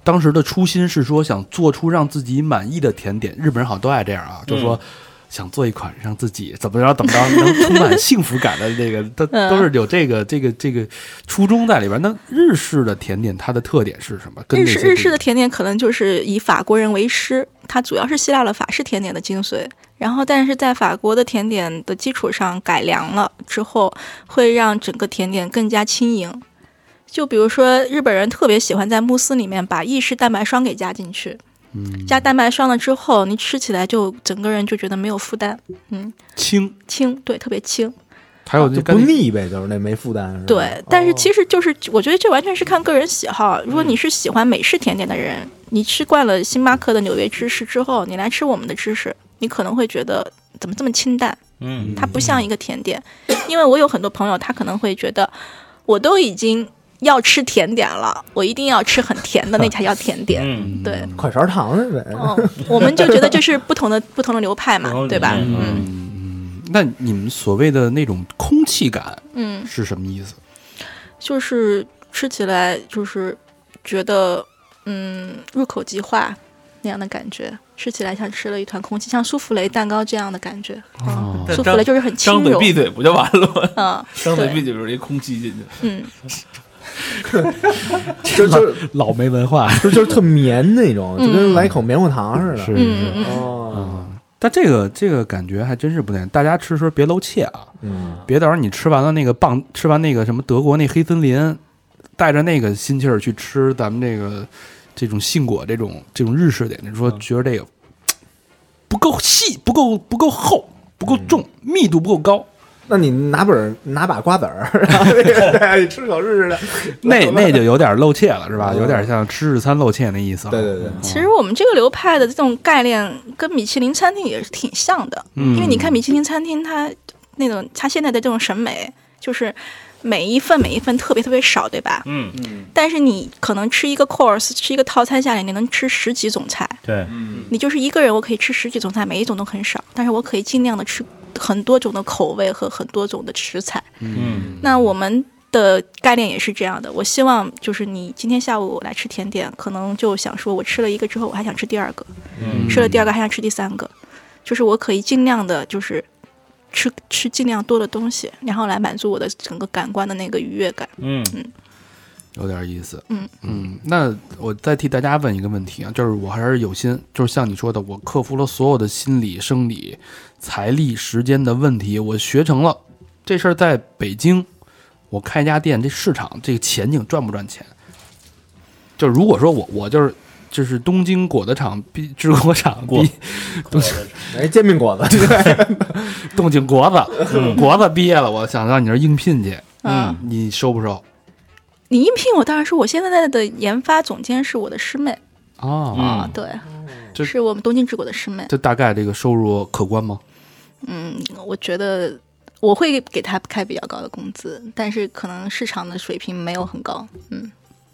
S2: 当时的初心是说想做出让自己满意的甜点，日本人好像都爱这样
S7: 嗯
S2: 啊，就说。想做一款让自己怎么着怎么着能充满幸福感的那个，它
S7: 嗯
S2: 都是有这个这个这个初衷在里边。那日式的甜点它的特点是什么？跟
S7: 日
S2: 那
S7: 式
S2: 些
S7: 日式的甜点可能就是以法国人为师，它主要是吸纳了法式甜点的精髓，然后但是在法国的甜点的基础上改良了之后，会让整个甜点更加轻盈。就比如说，日本人特别喜欢在慕斯里面把意式蛋白霜给加进去，嗯、加蛋白霜了之后，你吃起来就整个人就觉得没有负担，嗯，
S2: 轻，
S7: 轻，对，特别轻。
S4: 嗯
S2: 还有
S3: 就
S2: 干
S3: 不腻呗，就是那没负担。是吧
S4: 哦
S7: 对，但是其实就是，我觉得这完全是看个人喜好。
S4: 嗯
S7: 如果你是喜欢美式甜点的人，你吃惯了星巴克的纽约芝士之后，你来吃我们的芝士，你可能会觉得怎么这么清淡，
S4: 嗯
S7: 它不像一个甜点。因为我有很多朋友，他可能会觉得，我都已经要吃甜点了，我一定要吃很甜的，那才叫甜点。
S4: 嗯，
S7: 对，
S3: 快勺糖呗，
S7: 嗯，我们就觉得这是不同的不同的流派嘛
S4: 不同，的
S7: 对吧？
S4: 理念
S7: 嗯
S2: 那你们所谓的那种空气感
S7: 嗯，
S2: 是什么意思？
S7: 就是吃起来就是觉得嗯入口即化那样的感觉，吃起来像吃了一团空气，像舒芙蕾蛋糕这样的感觉。嗯，
S5: 但
S7: 舒芙
S5: 张
S7: 蕾就是很轻
S5: 张嘴
S7: 柔，
S5: 闭嘴不就完了吗？
S7: 嗯，
S5: 张嘴
S7: 对
S5: 闭嘴就是一空气进去，
S7: 嗯，
S3: 就就
S2: 老没文化，
S3: 就就是特绵那种，
S7: 嗯
S3: 就跟来一口棉花糖似的。
S2: 是
S7: 嗯嗯
S3: 哦，
S2: 但这个这个感觉还真是不太，大家吃的时候别露怯啊，
S3: 嗯，
S2: 别到时候你吃完了那个棒，吃完那个什么德国那黑森林，带着那个心气儿去吃咱们这个这种杏果这种这种日式点，你说觉得这个嘖不够细，不够不够厚，不够重，密度不够高，
S3: 那你拿本儿拿把瓜子儿， 然后那个对你吃口试试的。
S2: 那那就有点露怯了，是吧？
S3: 嗯
S2: 有点像吃日餐露怯那意思啊。
S3: 对对对，
S7: 其实我们这个流派的这种概念跟米其林餐厅也是挺像的，
S2: 嗯
S7: 因为你看米其林餐厅它那种它现在的这种审美就是。每一份每一份特别特别少，对吧？
S4: 嗯，
S7: 但是你可能吃一个 course，吃一个套餐下来，你能吃十几种菜。
S4: 对，
S7: 你就是一个人，我可以吃十几种菜，每一种都很少，但是我可以尽量的吃很多种的口味和很多种的食材。
S4: 嗯
S7: 那我们的概念也是这样的。我希望就是你今天下午我来吃甜点，可能就想说我吃了一个之后，我还想吃第二个，
S4: 嗯
S7: 吃了第二个还想吃第三个，就是我可以尽量的，就是吃吃尽量多的东西，然后来满足我的整个感官的那个愉悦感。
S4: 嗯
S2: 有点意思。
S7: 嗯
S2: 那我再替大家问一个问题啊，就是我还是有心，就是像你说的，我克服了所有的心理、生理、财力、时间的问题，我学成了。这事儿在北京，我开一家店，这市场这个前景赚不赚钱？就是如果说我我就是就是东京果的厂毕制果厂毕
S4: 果
S3: 哎，煎饼果子，
S2: 东京果子、
S4: 嗯
S2: 果子毕业了，我想让你这儿应聘去，
S7: 嗯，
S2: 你收不收？
S7: 你应聘我当然是我现在的研发总监是我的师妹
S2: 哦，
S7: 啊
S4: 嗯，
S7: 对，
S2: 这
S7: 是我们东京之果的师妹。
S2: 这大概这个收入可观吗？
S7: 嗯，我觉得我会给他开比较高的工资，但是可能市场的水平没有很高。嗯，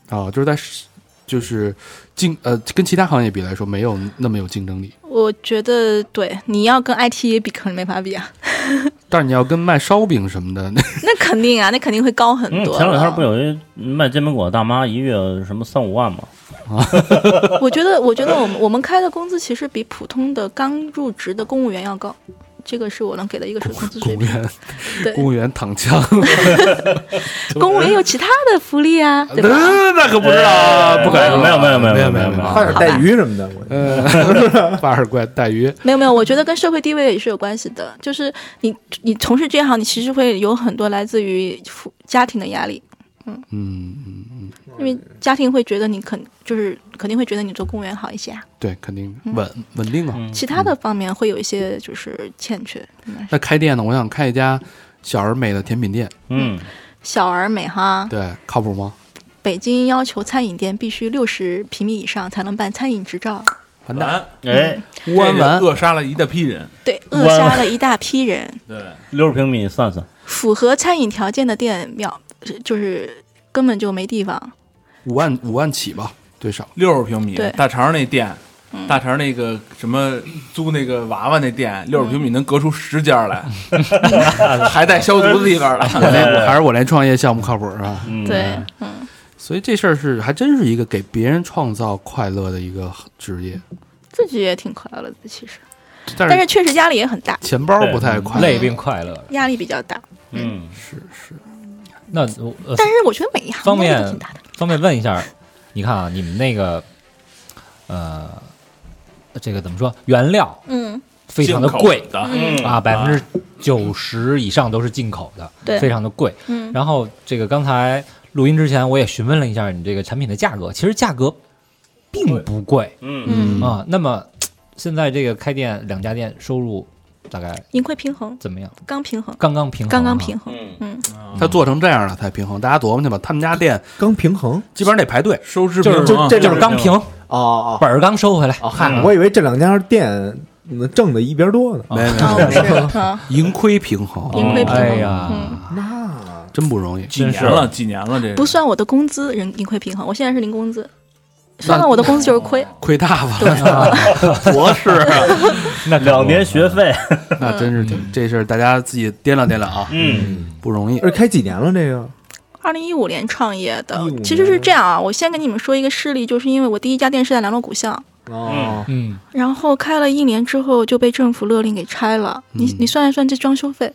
S2: 啊，就是在市就是竞呃跟其他行业比来说，没有那么有竞争力。
S7: 我觉得对，你要跟 IT 也比，可能没法比啊。
S2: 但是你要跟卖烧饼什么的，那
S7: 那肯定啊，那肯定会高很
S4: 嗯，
S7: 多了。
S4: 前两天不有一卖煎饼果子大妈一月什么三五万吗？
S7: 我觉得，我觉得我们我们开的工资其实比普通的刚入职的公务员要高，这个是我能给的一个水工资
S2: 公
S7: 水
S2: 务
S7: 平。
S2: 员
S7: 对，
S2: 公务员躺枪，
S7: 公务员有其他的福利啊，对 吧？
S2: 那可不知道啊，不敢
S4: 哎
S2: 说
S4: 没有没有没有
S2: 没有
S4: 没
S2: 有
S4: 有
S2: 没
S4: 没
S3: 发点带鱼什么的，我
S2: 呃，八二怪带鱼，
S7: 没有没有，我觉得跟社会地位也是有关系的。就是你你从事这行，你其实会有很多来自于父家庭的压力，
S2: 嗯嗯嗯，
S7: 因为家庭会觉得你肯就是肯定会觉得你做公务员好一些啊，
S2: 对，肯定
S7: 嗯
S2: 稳稳定啊。
S4: 嗯
S7: 其他的方面会有一些就是欠缺。应该是
S2: 那开店呢？我想开一家小而美的甜品店，
S4: 嗯，
S7: 小而美哈，
S2: 对，靠谱吗？
S7: 北京要求餐饮店必须六十平米以上才能办餐饮执照，
S2: 完蛋，
S5: 难，
S4: 哎，
S2: 弯完
S5: 这个扼杀了一大批人。
S7: 对，扼杀了一大批人。
S5: 对，
S4: 六十平米算算，
S7: 符合餐饮条件的店秒就是根本就没地方。
S2: 五万五万起吧，最少。
S5: 六十平米
S7: 对，嗯
S5: 大肠那店，大肠那个什么租那个娃娃那
S7: 嗯
S5: 店，六十平米能隔出十家来，还带消毒的地 方了。
S2: 我那还是我那创业项目靠谱是吧？
S4: 嗯，
S7: 对，嗯。
S2: 所以这事儿是还真是一个给别人创造快乐的一个职业，
S7: 自己也挺快乐的，其实，
S2: 但
S7: 但
S2: 是
S7: 是确实压力也很大，
S2: 钱包不太快乐。
S6: 累并快乐着。
S7: 压力比较大。
S4: 嗯，
S6: 那我呃
S7: 但是我觉得每一行
S6: 方
S7: 压力
S6: 便
S7: 都挺大的。
S6: 方便问一下，你看啊，你们那个呃，这个怎么说？原料
S7: 嗯，
S6: 非常的贵
S5: 进口的，
S7: 嗯
S6: 啊，百分之九十以上都是进口的，
S7: 对
S6: 非常的贵。
S7: 嗯，
S6: 然后这个刚才录音之前我也询问了一下你这个产品的价格，其实价格并不贵
S4: 嗯，
S7: 嗯，
S6: 啊。那么现在这个开店两家店收入大概
S7: 盈亏平衡，
S6: 怎么样？
S7: 刚平衡，
S6: 刚刚平衡，啊
S7: 刚刚平。衡。
S4: 嗯
S7: 嗯，
S2: 他做成这样了才平衡，大家琢磨去吧。他们家店
S3: 刚平衡
S2: 基本上得排队，
S5: 收支
S6: 就
S5: 平
S6: 是
S5: 衡啊，
S6: 这就是刚嗯平，
S3: 哦哦
S6: 本儿刚收回来。
S3: 哦，嗨，我以为这两家店嗯挣的一边多呢，
S2: 没 没
S7: 啊，
S2: 没
S7: 不是，啊，
S2: 盈亏平衡，
S7: 盈亏平衡。
S6: 哎呀
S7: 嗯，
S3: 那
S2: 真不容易。
S5: 几年了，几年了，这个
S7: 不算我的工资，人盈亏平衡。我现在是零工资，
S2: 那
S7: 算了我的工资就是亏。
S2: 亏大发，
S7: 对，啊
S4: 博士啊，那两年学费，
S2: 那真是
S7: 嗯
S2: 挺这事儿，大家自己掂量掂量啊，
S4: 嗯，
S2: 不容易。
S3: 而开几年了这个？
S7: 二零一五年创业的
S3: 15，
S7: 其实是这样啊。我先跟你们说一个事例，就是因为我第一家店是在南锣鼓巷，
S3: 哦，
S6: 嗯，
S7: 然后开了一年之后就被政府勒令给拆了。你
S2: 嗯
S7: 你算一算这装修费，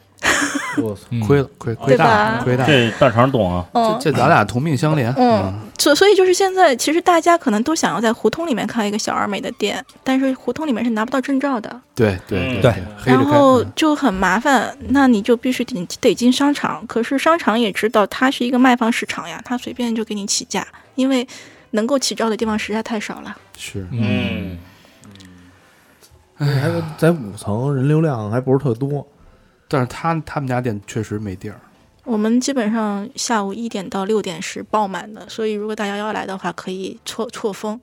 S3: 我
S6: 嗯
S3: 操，
S2: 亏了，亏亏大了，亏大了。
S4: 这大肠懂啊，
S7: 嗯
S2: 这，这咱俩同命相连，
S7: 嗯，所所以就是现在，其实大家可能都想要在胡同里面开一个小而美的店，但是胡同里面是拿不到证照的，
S2: 对对
S4: 嗯
S2: 对
S6: 对，
S2: 黑着
S7: 然
S2: 开。
S7: 后
S2: 嗯
S7: 就很麻烦。那你就必须得得进商场，可是商场也知道它是一个卖方市场呀，它随便就给你起价，因为能够起照的地方实在太少了。
S2: 是
S4: 嗯，
S3: 还在五层，人流量还不是特多。
S2: 但是他他们家店确实没地儿，
S7: 我们基本上下午一点到六点是爆满的，所以如果大家要来的话，可以错错峰，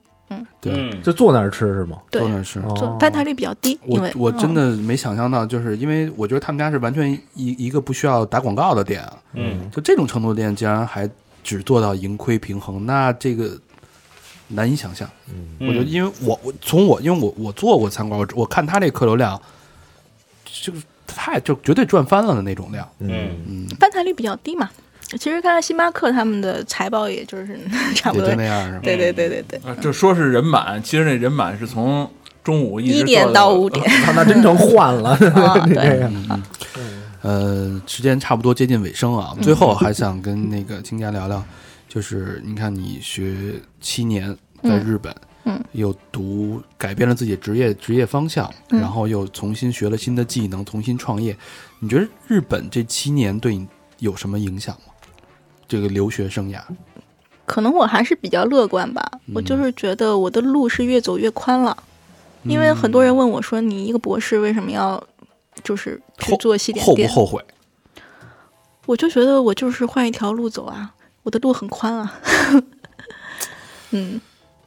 S2: 对，
S4: 嗯
S3: 就坐那儿吃是吗？
S7: 对
S2: 真，的
S6: 嗯
S2: 是。
S7: 错
S3: 哦，
S7: 翻台率比较低，因
S2: 我
S7: 为
S2: 我真
S7: 嗯
S2: 的没想象到，就是因为我觉得他们家是完全一一个不需要打广告的店啊，
S4: 嗯，
S2: 就这种程度的店竟然还只做到盈亏平衡，那这个难以想象。
S4: 嗯
S2: 我觉得，因为我我从我因为我我做过餐馆，我我看他这客流量，就是太就绝对赚翻了的那种量。
S4: 嗯，
S2: 嗯，
S7: 翻台率比较低嘛。其实看看星巴克他们的财报，也就是 差不
S2: 也
S7: 多
S2: 就。那样是吧？
S7: 对对对对对，
S5: 啊这说是人满，其实那人满是从中午一直
S7: 一点
S5: 做
S7: 到五 点
S3: 那那真成换 了，
S7: 啊，
S3: 你这
S7: 对，
S3: 个
S2: 呃，时间差不多接近尾声
S7: 嗯
S2: 啊，最后还想跟那个青佳聊聊，就是你看你学七年在日本，
S7: 嗯
S2: 又读改变了自己的职业职业方向，
S7: 嗯
S2: 然后又重新学了新的技能，重新创业，你觉得日本这七年对你有什么影响吗？这个留学生涯，
S7: 可能我还是比较乐观吧。我就是觉得我的路是越走越宽了，因为很多人问我说，你一个博士为什么要就是去
S2: 后
S7: 做西点
S2: 后不
S7: 店？
S2: 后悔？
S7: 我就觉得我就是换一条路走啊，我的路很宽啊。 嗯，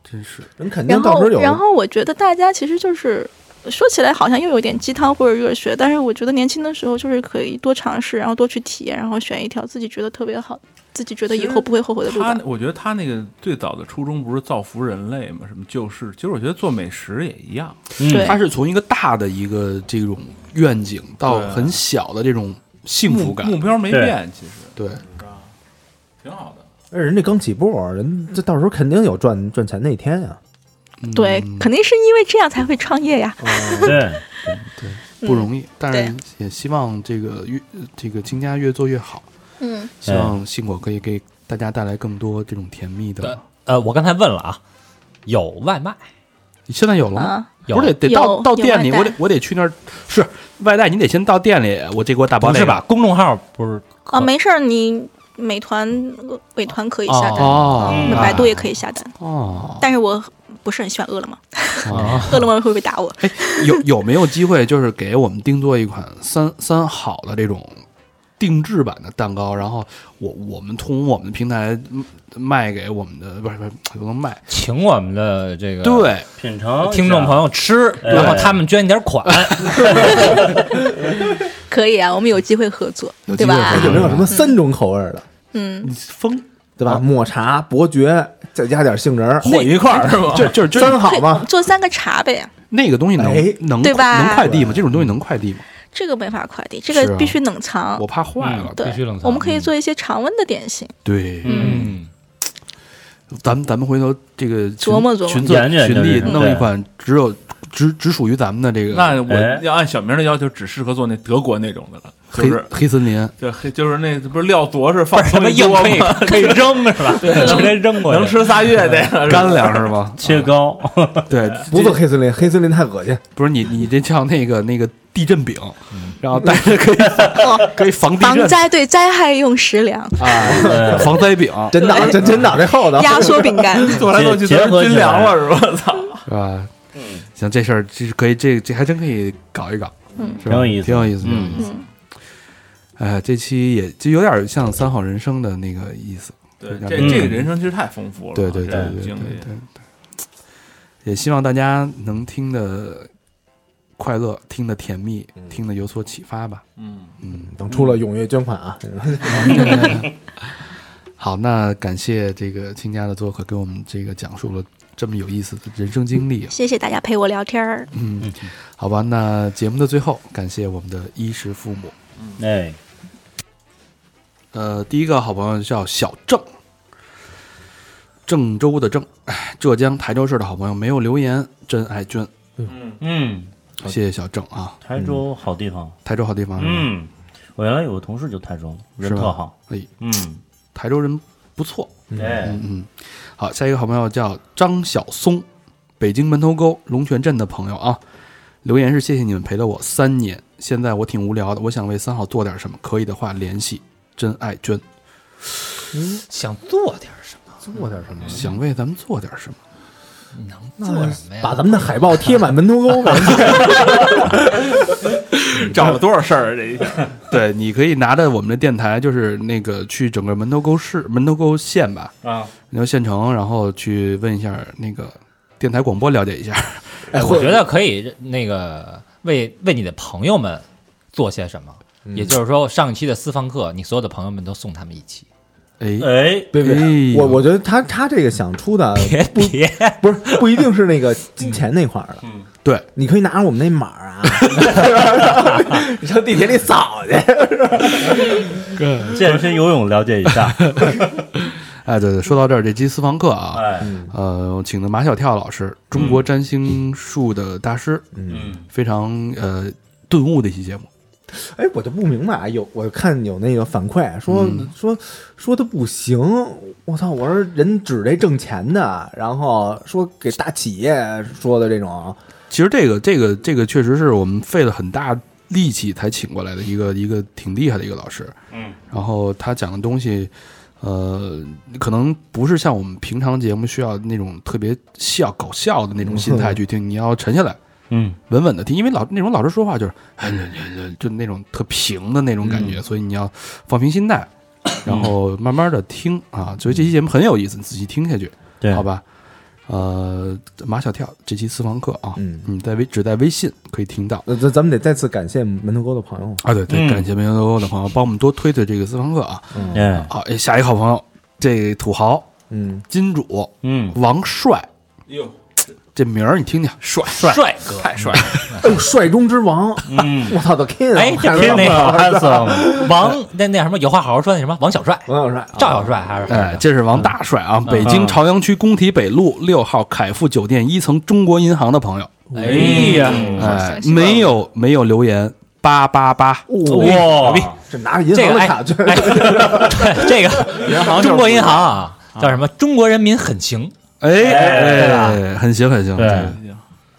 S2: 真是
S3: 人肯定
S7: 然
S3: 到时
S7: 后
S3: 候有
S7: 然后我觉得大家其实就是说起来好像又有点鸡汤或者热血，但是我觉得年轻的时候就是可以多尝试，然后多去体验，然后选一条自己觉得特别好、自己觉得以后不会后悔的路
S5: 他
S7: 吧。
S5: 我觉得他那个最早的初衷不是造福人类嘛，什么救世，其实我觉得做美食也一样。
S7: 对
S2: 它是从一个大的一个这种愿景到
S5: 对
S2: 很小的这种幸福感
S5: 目，目标没
S4: 对
S5: 变，其实
S2: 对，
S5: 挺好的。
S3: 而哎人家刚起步，人这到时候肯定有赚赚钱那一天呀、
S2: 嗯
S7: 对，肯定是因为这样才会创业呀。
S4: 对，
S2: 不容易，但
S7: 嗯对
S2: 是也希望这个越这个金家越做越好，
S7: 嗯，
S2: 希望信果可以给大家带来更多这种甜蜜的。
S6: 呃，我刚才问了啊，有外卖，
S2: 你现在有了吗？
S7: 啊，
S6: 有
S2: 不是得得到
S7: 有
S2: 到店里，
S7: 有外带
S2: 我得我得去那儿是外带，你得先到店里，我这给我打包
S4: 不
S2: 那
S4: 是
S2: 个
S4: 吧？？公众号不是
S7: 啊，没事儿，你美团、呃美团可以下单，
S2: 哦
S7: 嗯
S2: 那
S7: 百度也可以下单，
S2: 哦，
S7: 但是我不是很喜欢饿了么，
S2: 啊
S7: 饿了么会不会打我？
S2: 哎，有有没有机会就是给我们定做一款三三好的这种定制版的蛋糕，然后我我们通过我们的平台嗯卖给我们的不是不是不能卖，
S6: 请我们的这个
S2: 对，
S4: 品尝
S6: 听众朋
S4: 友，
S6: 友吃，
S4: 哎
S6: 然后他们捐一点款，
S7: 可以啊，我们有机会合作，
S2: 有机
S7: 对
S2: 会合
S7: 吧
S2: 作？
S3: 有没有什么三种口味的，
S7: 嗯，
S5: 风
S3: 对
S2: 嗯
S3: 吧？抹茶、伯爵，再加点杏仁儿，
S5: 混一块儿是吧？
S2: 就就是就是
S3: 三好嘛。
S7: 做三个茶呗，
S2: 那个东西能、
S3: 哎
S2: 能
S7: 对吧
S2: 能快递吗？这种东西能快递吗？
S7: 这个没法快递，这
S2: 是
S7: 个
S2: 啊
S7: 必须冷藏
S2: 我。怕坏了。
S7: 对
S6: 必须冷，藏
S7: 我们可以做一些常温的点心。
S2: 对，
S6: 嗯，
S2: 咱们咱们回头这个群
S7: 琢磨琢磨
S2: 群策
S4: 研究研究
S2: 群力
S4: 这个
S2: 弄一
S4: 对
S2: 款只有只只属于咱们的这个
S5: 那
S4: 哎
S5: 我要按小明的要求，只适合做那德国那种的了，就
S2: 黑
S5: 是
S2: 黑森林。
S5: 对，黑就是那不是料多是
S6: 不
S5: 放
S6: 是什
S5: 松
S6: 么
S5: 一
S6: 硬
S5: 多
S6: 可以
S5: 吗
S6: 可以扔 是吧？直接扔过去，
S5: 能吃仨月的呀，
S2: 嗯干粮是吧？
S4: 切糕，
S2: 对，
S3: 不做黑森林，黑森林太恶心。
S2: 不是你，你这叫那个那个地震饼，然后带着可以防可以防地
S7: 哦防
S2: 震
S7: 灾对灾害用食 粮，
S2: 啊，防灾饼
S3: 真的，真真的，这后头
S7: 压缩饼干。
S5: 做来做去
S4: 结
S5: 都
S4: 结合
S5: 是军
S4: 起来
S5: 粮了是吧？操！
S2: 是吧？行，这事儿这是可以，这这还真可以搞一搞，
S7: 嗯
S2: 是吧
S4: 挺有意思
S2: 挺有意思，
S4: 嗯
S2: 挺有意思。
S7: 嗯，
S2: 哎，这期也就有点像三好人生的那个意思，
S5: 对，
S2: 嗯
S5: 这这个人生其实太丰富了，
S2: 对对
S5: 这
S2: 对
S5: 种
S2: 对对
S5: 经历
S2: 对对，也希望大家能听得快乐，听得甜蜜，听得有所启发吧。
S5: 嗯，
S2: 嗯，
S3: 等出了踊跃捐款啊！
S2: 好，那感谢这个亲家的做客，给我们这个讲述了这么有意思的人生经历啊。
S7: 谢谢大家陪我聊天儿，
S2: 嗯，好吧，那节目的最后，感谢我们的衣食父母。
S4: 哎，
S2: 呃，第一个好朋友叫小郑，郑州的郑，哎，浙江台州市的好朋友没有留言，真爱娟，
S4: 嗯，
S2: 谢谢小郑啊，
S4: 台州好地方，
S2: 台州好地方，，
S4: 嗯，我原来有个同事就台州，人
S2: 是吧
S4: 特好，
S2: 哎，
S4: 嗯，
S2: 台州人不错，
S4: 哎
S2: 嗯，嗯，好，下一个好朋友叫张晓松，北京门头沟龙泉镇的朋友啊，留言是谢谢你们陪了我三年，现在我挺无聊的，我想为三好做点什么，可以的话联系真爱娟，
S6: 嗯想做点什么？
S3: 做点什么？
S2: 想为咱们做点 什么。
S3: 做什么呀？把咱们的海报贴满门头沟 呗。
S5: 找了多少事儿啊这一下？
S2: 对，你可以拿着我们的电台，就是那个去整个门头沟市、门头沟县吧，
S4: 啊，
S2: 然后县城，然后去问一下那个电台广播，了解一下。
S3: 哎，
S6: 我觉
S3: 会
S6: 得可以那个为为你的朋友们做些什么。也就是说，上一期的私房课，你所有的朋友们都送他们一期，
S2: 哎，
S4: 哎，
S3: 别
S2: 哎
S3: 别，
S2: 呦
S3: 我我觉得他他这个想出的
S6: 别别，
S3: 不是不一定是那个金钱那块儿的，
S2: 对，
S3: 你可以拿着我们那码儿 啊， 你上地铁里扫去。
S4: 哎健身游泳了解一下，
S2: 哎，对对，说到这儿，这期私房课啊，
S4: 哎，
S2: 呃，请的马小跳老师，中国占星术的大师，
S4: 嗯，
S2: 非常呃顿悟的一期节目。
S3: 哎，我就不明白啊，有我看有那个反馈说、说说他不行，我操！我说人指这挣钱的，然后说给大企业说的这种，
S2: 其实这个这个这个确实是我们费了很大力气才请过来的一个一个挺厉害的一个老师。
S4: 嗯，
S2: 然后他讲的东西，呃，可能不是像我们平常节目需要那种特别笑搞笑的那种心态去听，你要沉下来。
S4: 嗯，
S2: 稳稳的听，因为老那种老师说话就是， 就那种特平的那种感觉，
S4: 嗯
S2: 所以你要放平心 态，然后慢慢的听啊。所以这期节目很有意思，你仔细听下去。
S4: 对，
S2: 好，吧。呃，马小跳这期私房课啊，
S3: 嗯
S2: 嗯，在微只在微信可以听到
S3: 那咱咱们得再次感谢门头沟的朋友，
S2: 啊。对对，
S5: 嗯
S2: 感谢没有的朋友帮我们多推推这个私房课啊。
S4: 哎，
S2: 好，哎下一个好朋友，这土豪
S3: 嗯，
S2: 金主
S4: 嗯，
S2: 王帅，
S5: 哟，
S2: 这名儿你听听，帅
S4: 帅帅哥，
S5: 太帅了！
S3: 哎呦，帅中之王，
S4: 嗯，
S3: 我操，The King，
S6: 哎，
S3: 我
S6: 这
S3: 看
S6: 不是
S3: 着
S6: 那
S3: 了
S6: 个
S4: 啊
S6: handsome 王那那什么，有话好好说，那什么王小帅、
S3: 王小帅，啊
S6: 赵小帅还是什
S2: 哎
S6: 么，？
S2: 这是王大帅啊，北
S5: 嗯
S2: 京朝阳区工体北路六号凯富酒店一层中国银行的朋友，
S6: 哎呀，
S5: 嗯
S2: 哎，没有没有留言，八八八，
S4: 哦哇，
S3: 这拿着银
S6: 这
S3: 行
S6: 个
S3: 的
S6: 哎，
S3: 卡
S6: 哎
S3: 券，
S6: 对这个银行中国银行啊，叫什么？中国人民很情，
S2: 哎哎，很行很行，
S4: 对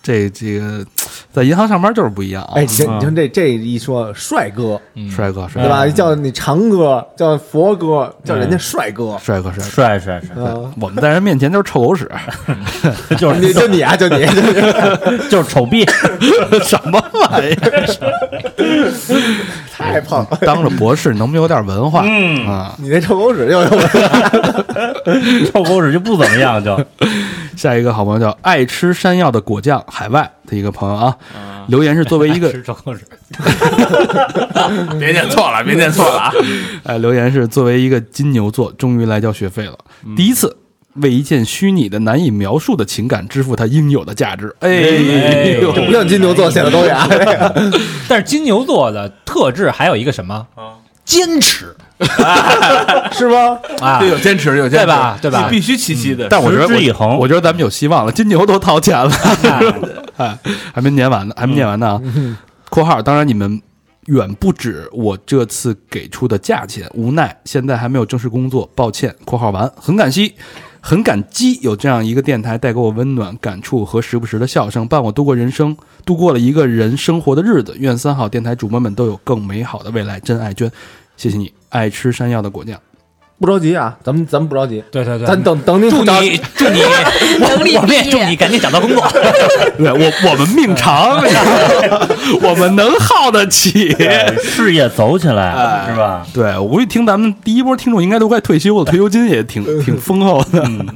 S2: 这这个在银行上班就是不一样啊
S3: 哎，，你听你听这这一说，帅哥，
S2: 帅哥帅
S3: 对
S2: 哥
S3: 吧？叫你长哥，叫佛哥，叫人家帅哥，
S2: 帅哥帅哥，
S4: 帅帅帅，
S3: 嗯，
S2: 我们在人面前就是臭狗屎，
S4: 就是
S3: 你就你啊，就你，就你
S4: 就是丑逼，
S2: 什么玩意儿？
S3: 太胖了，
S2: 当着博士能不能有点文化？嗯啊，
S3: 你那臭狗屎又 又
S4: 臭狗屎就不怎么样，就
S2: 下一个好朋友叫爱吃山药的果酱，海外的一个朋友啊，留言是作为一 个
S6: 吃臭狗屎，
S5: 别念错了，别念错了啊！
S2: 呃，留言是作为一个金牛座，终于来交学费了，第一次为一件虚拟的、难以描述的情感支付它应有的价值。哎呦，
S3: 不像金牛座显得高雅，
S6: 但是金牛座的特质还有一个什么？坚持
S3: 是吗？
S6: 啊
S5: 对，，有哎坚持，有坚
S6: 对
S5: 持，
S6: 吧对吧
S5: 你必须齐齐的。
S2: 但我觉得
S4: 持之以恒
S2: 我，我觉得咱们有希望了，金牛都掏钱 了， 哎还没念完呢，还没念完呢啊！
S4: 嗯
S2: 括号，当然你们。远不止我这次给出的价钱，无奈现在还没有正式工作，抱歉。（括号完）很感激，很感激有这样一个电台带给我温暖、感触和时不时的笑声，伴我度过人生，度过了一个人生活的日子。愿三好电台主播们都有更美好的未来。真爱娟，谢谢你，爱吃山药的果酱。
S3: 不着急啊，咱们咱们不着急，
S6: 对对对，
S3: 咱等等你
S6: 祝
S2: 啊
S3: 找
S6: 你祝你，
S7: 能力
S6: 我我们也
S7: 毕
S6: 祝
S7: 业
S6: 你赶紧找到工作。
S2: 对我，我们命 长，我们能耗得起。
S4: 哎事业走起来是吧？
S2: 对，我估计听咱们第一波听众应该都快退休了，退休金也挺挺丰厚的。
S4: 嗯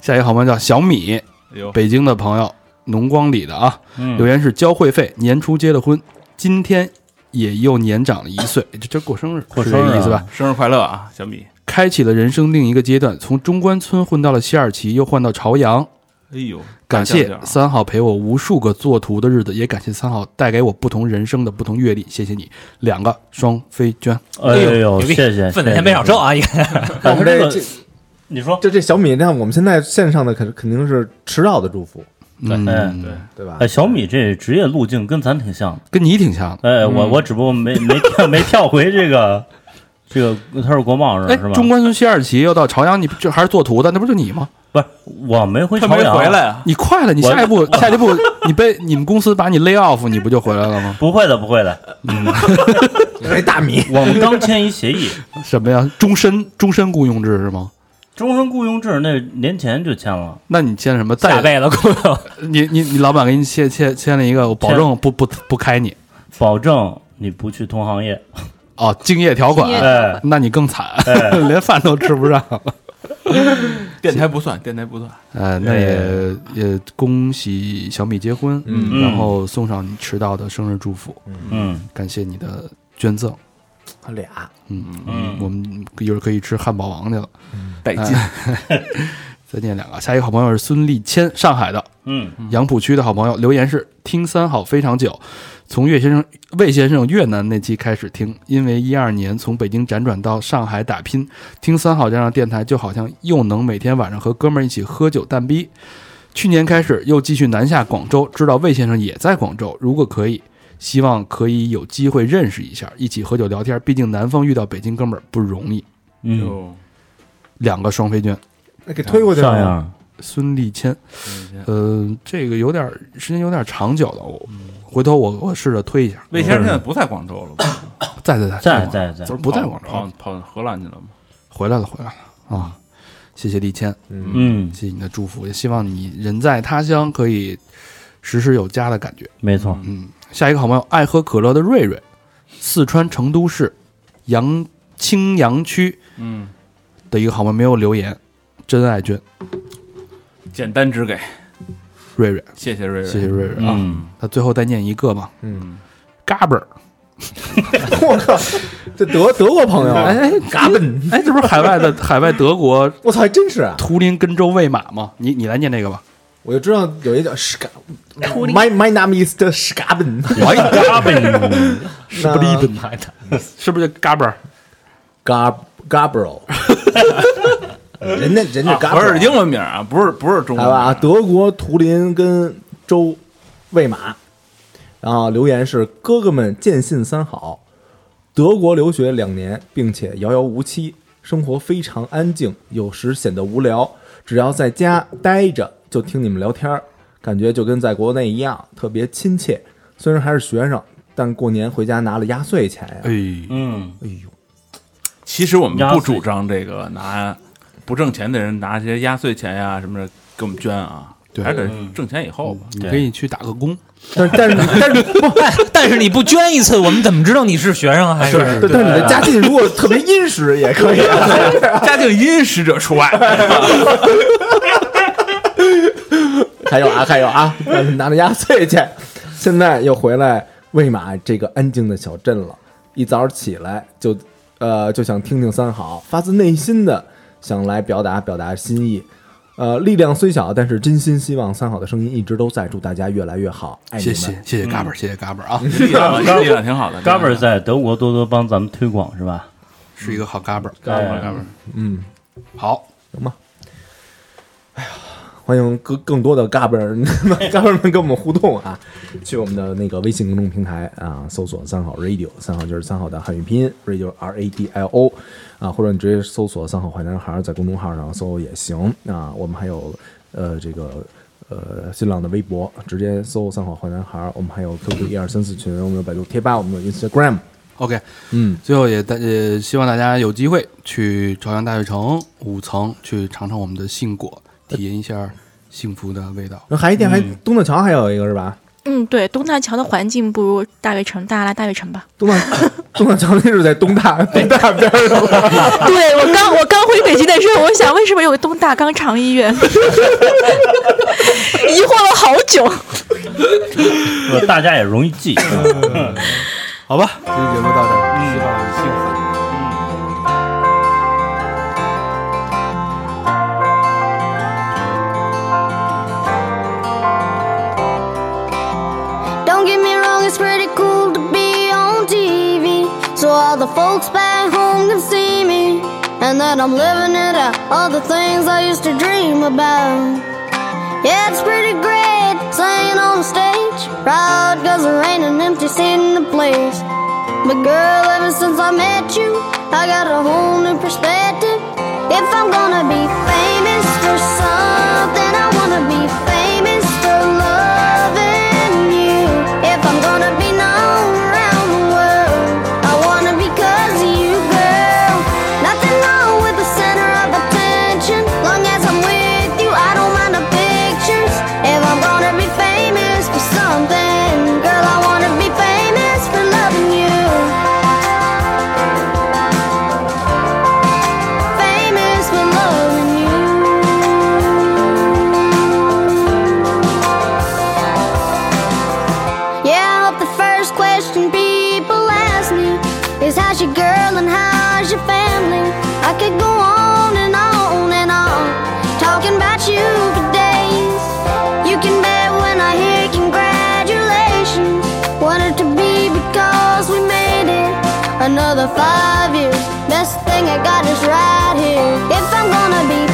S2: 下一个好朋友叫小米，
S5: 有
S2: 北京的朋友，农光里的啊，
S4: 嗯
S2: 留言是交会费，年初结的婚，今天也又年长了一岁，这这过生日，
S4: 过
S2: 是
S4: 生日
S2: 这个意思
S4: 啊
S2: 吧？
S5: 生日快乐啊，小米！
S2: 开启了人生另一个阶段，从中关村混到了西二旗，又换到朝阳。
S5: 哎呦，
S2: 感
S5: 大
S2: 谢
S5: 家啊
S2: 三好陪我无数个作图的日子，也感谢三好带给我不同人生的不同阅历，谢谢你，两个双飞娟。
S4: 哎呦，
S6: 牛逼
S4: 谢谢，
S6: 份子钱没少收啊，一个
S4: 哎。
S3: 我们
S4: 这
S3: 这
S4: 个
S3: 这
S4: 你说，
S3: 这这小米，那我们现在线上的肯肯定是迟到的祝福，
S2: 嗯，
S4: 对
S3: 对吧
S4: 哎，？小米这职业路径跟咱挺像的。
S2: 跟你挺像的。
S4: 哎，我我只不过没没跳没跳回这个这个，他是国贸
S2: 哎
S4: 是吧？，
S2: 中关村西二旗又到朝阳，你不就还是做图的？那不就你吗？
S4: 不是我没回
S5: 他
S4: 朝
S5: 没
S4: 阳，
S5: 回来啊？
S2: 你快了，你
S4: 我
S2: 下一步下一步，你被你们公司把你 lay off，你不就回来了吗？
S4: 不会的，不会的，
S3: 哎，大米，
S4: 我们刚签一协议，
S2: 什么呀？终身终身雇佣制是吗？
S4: 终身雇佣制那年前就签了，
S2: 那你签什么？
S6: 下
S2: 再
S6: 辈子工作。
S2: 你你你老板给你签签签了一个，我保证不不不开你
S4: 保证你不去同行业。
S2: 哦，敬业条款
S7: 敬，业
S4: 哎，
S2: 那你更惨，
S4: 哎
S2: 连饭都吃不上。
S5: 电台不算，电台不算。
S2: 呃，那也也恭喜小米结婚，
S3: 嗯
S2: 然后送上你迟到的生日祝福，
S4: 嗯
S2: 感谢你的捐赠。
S3: 俩
S2: 嗯
S4: 嗯
S2: 我们一会儿可以吃汉堡王去了。
S5: 带劲，
S2: 再念两个，下一个好朋友是孙立谦，上海的
S4: 嗯，
S2: 杨浦区的好朋友，留言是听三好非常久，从岳先生魏先生越南那期开始听，因为一二年从北京辗转到上海打拼，听三好这样的电台就好像又能每天晚上和哥们儿一起喝酒蛋逼。去年开始又继续南下广州，知道魏先生也在广州，如果可以。希望可以有机会认识一下，一起喝酒聊天。毕竟南方遇到北京哥们儿不容易。
S4: 嗯，
S5: 哟
S2: 两个双飞娟，
S3: 那给推过去
S4: 上
S3: 了，
S4: 样，
S2: 孙立谦，呃，这个有点儿时间有点儿长久了，我
S3: 嗯
S2: 回头我我试着推一下。
S5: 魏先生现在不在广州了吧，
S2: 在在在
S4: 在在
S2: 不
S4: 在
S2: 嗯是，不在广
S5: 跑
S2: 州，
S5: 跑跑荷兰去了吗？
S2: 回来了回来了啊！谢谢立谦，
S4: 嗯，
S2: 谢谢你的祝福，也希望你人在他乡可以时时有家的感觉。
S4: 没错，
S2: 嗯，下一个好朋友爱喝可乐的瑞瑞，四川成都市阳青阳区
S5: 嗯，
S2: 的一个好朋友没有留言，真爱娟，
S5: 简单只给，
S2: 瑞瑞，
S5: 谢谢瑞瑞，
S2: 谢谢瑞瑞啊！
S5: 嗯，
S2: 他最后再念一个嘛，
S3: 嗯，
S2: 嘎嘣儿，
S3: 我靠，这德德国朋友，哎，嘎嘣，
S2: 哎，这不是海外的海外德国
S3: 我操，还真是啊！
S2: 图林根州喂马吗？你你来念这个吧。
S3: 我就知道有一叫 s c a My My name is the s c a b e n
S2: 哎，嘎嘣，
S3: 是不是
S2: 是不是就嘎嘣儿？
S3: Gab Gabriel？人家人家
S5: 啊
S3: g a
S5: 不
S3: b r
S5: 是英文名啊，不是不是中文
S3: 来
S5: 名
S3: 吧，德国图林根州魏玛，然后留言是：哥哥们见信三好，德国留学两年，并且遥遥无期，生活非常安静，有时显得无聊。只要在家待着，就听你们聊天儿，感觉就跟在国内一样，特别亲切。虽然还是学生，但过年回家拿了压岁钱呀、
S2: 哎，
S4: 嗯，
S3: 哎呦，
S5: 其实我们
S4: 压
S5: 不
S4: 岁
S5: 主张这个拿不挣钱的人拿这些压岁钱呀、什么的给我们捐啊，
S2: 对嗯
S5: 还是得挣钱以后吧。
S2: 哦你可以去打个工。
S3: 但是但是但是不，
S6: 哎，但是你不捐一次，我们怎么知道你是学生啊还是？
S3: 但是你的家境如果特别殷实也可以、啊
S5: 家境殷实 者除外。
S3: 还有啊，还有啊， 拿着压岁钱，现在又回来喂马这个安静的小镇了。一早起来就，呃，就想听听三好，发自内心的想来表达表达心意。呃，力量虽小，但是真心希望三好的声音一直都在，祝大家越来越好。爱你
S2: 谢
S3: 们，
S2: 谢谢谢嘎嘣儿，谢谢嘎嘣儿啊，
S5: 力量力量挺好的，
S4: 嘎嘣儿在德国多多帮咱们推广是吧？
S2: 是一个好嘎嘣儿。
S5: 嘎嘣儿嘎嘣儿，
S3: 嗯，
S2: 好，
S3: 行吧。哎呀，欢迎更更多的嘎嘣儿 嘎嘣儿们跟我们互动啊！去我们的那个微信公众平台啊，搜索“三好 radio”，三好就是三好的汉语拼音，radio R A D I O 啊，或者你直接搜索“三好坏男孩”在公众号上搜也行啊。我们还有呃这个呃新浪的微博，直接搜“三好坏男孩”，我们还有 QQ 一二三四群，我们有百度贴吧，我们有 Instagram，
S2: OK，
S3: 嗯，
S2: 最后也大呃，希望大家有机会去朝阳大悦城五层去尝尝我们的杏果，体验一下幸福的味道。
S3: 那还一店还东大桥还有一个是吧？
S7: 嗯，对，东大桥的环境不如大悦城，大家来大悦城 吧。
S3: 东大 东大桥那是在东大东大边儿上。
S7: 对我刚我刚回北京的时候，我想为什么有个东大肛肠医院， 疑惑了好久。
S4: 呃大家也容易记。
S2: 好吧，这期节目到这儿，希望幸福。
S8: Don't get me wrong, it's pretty cool to be on TV. So all the folks back home can see me. And that I'm living it out, all the things I used to dream about. Yeah, it's pretty great singing on stage. Proud cause there ain't an empty seat in the place. But girl, ever since I met you, I got a whole new perspective. If I'm gonna be famous for something, I wanna be famous for loving you. If I'm gonna be known around the world, I wanna be 'cause of you, girl. Nothing wrong with the center of attention. Long as I'm with you, I don't mind the pictures. If I'm gonna be famous for something, girl, I wanna be famous for loving you. famous for loving you. Yeah, I hope the first question people ask me is how's your girl and how's your family? I could go on and on and on talking about you for days. You can bet when I hear congratulations, wanted to be because we made it another five years. Best thing I got is right here. If I'm gonna be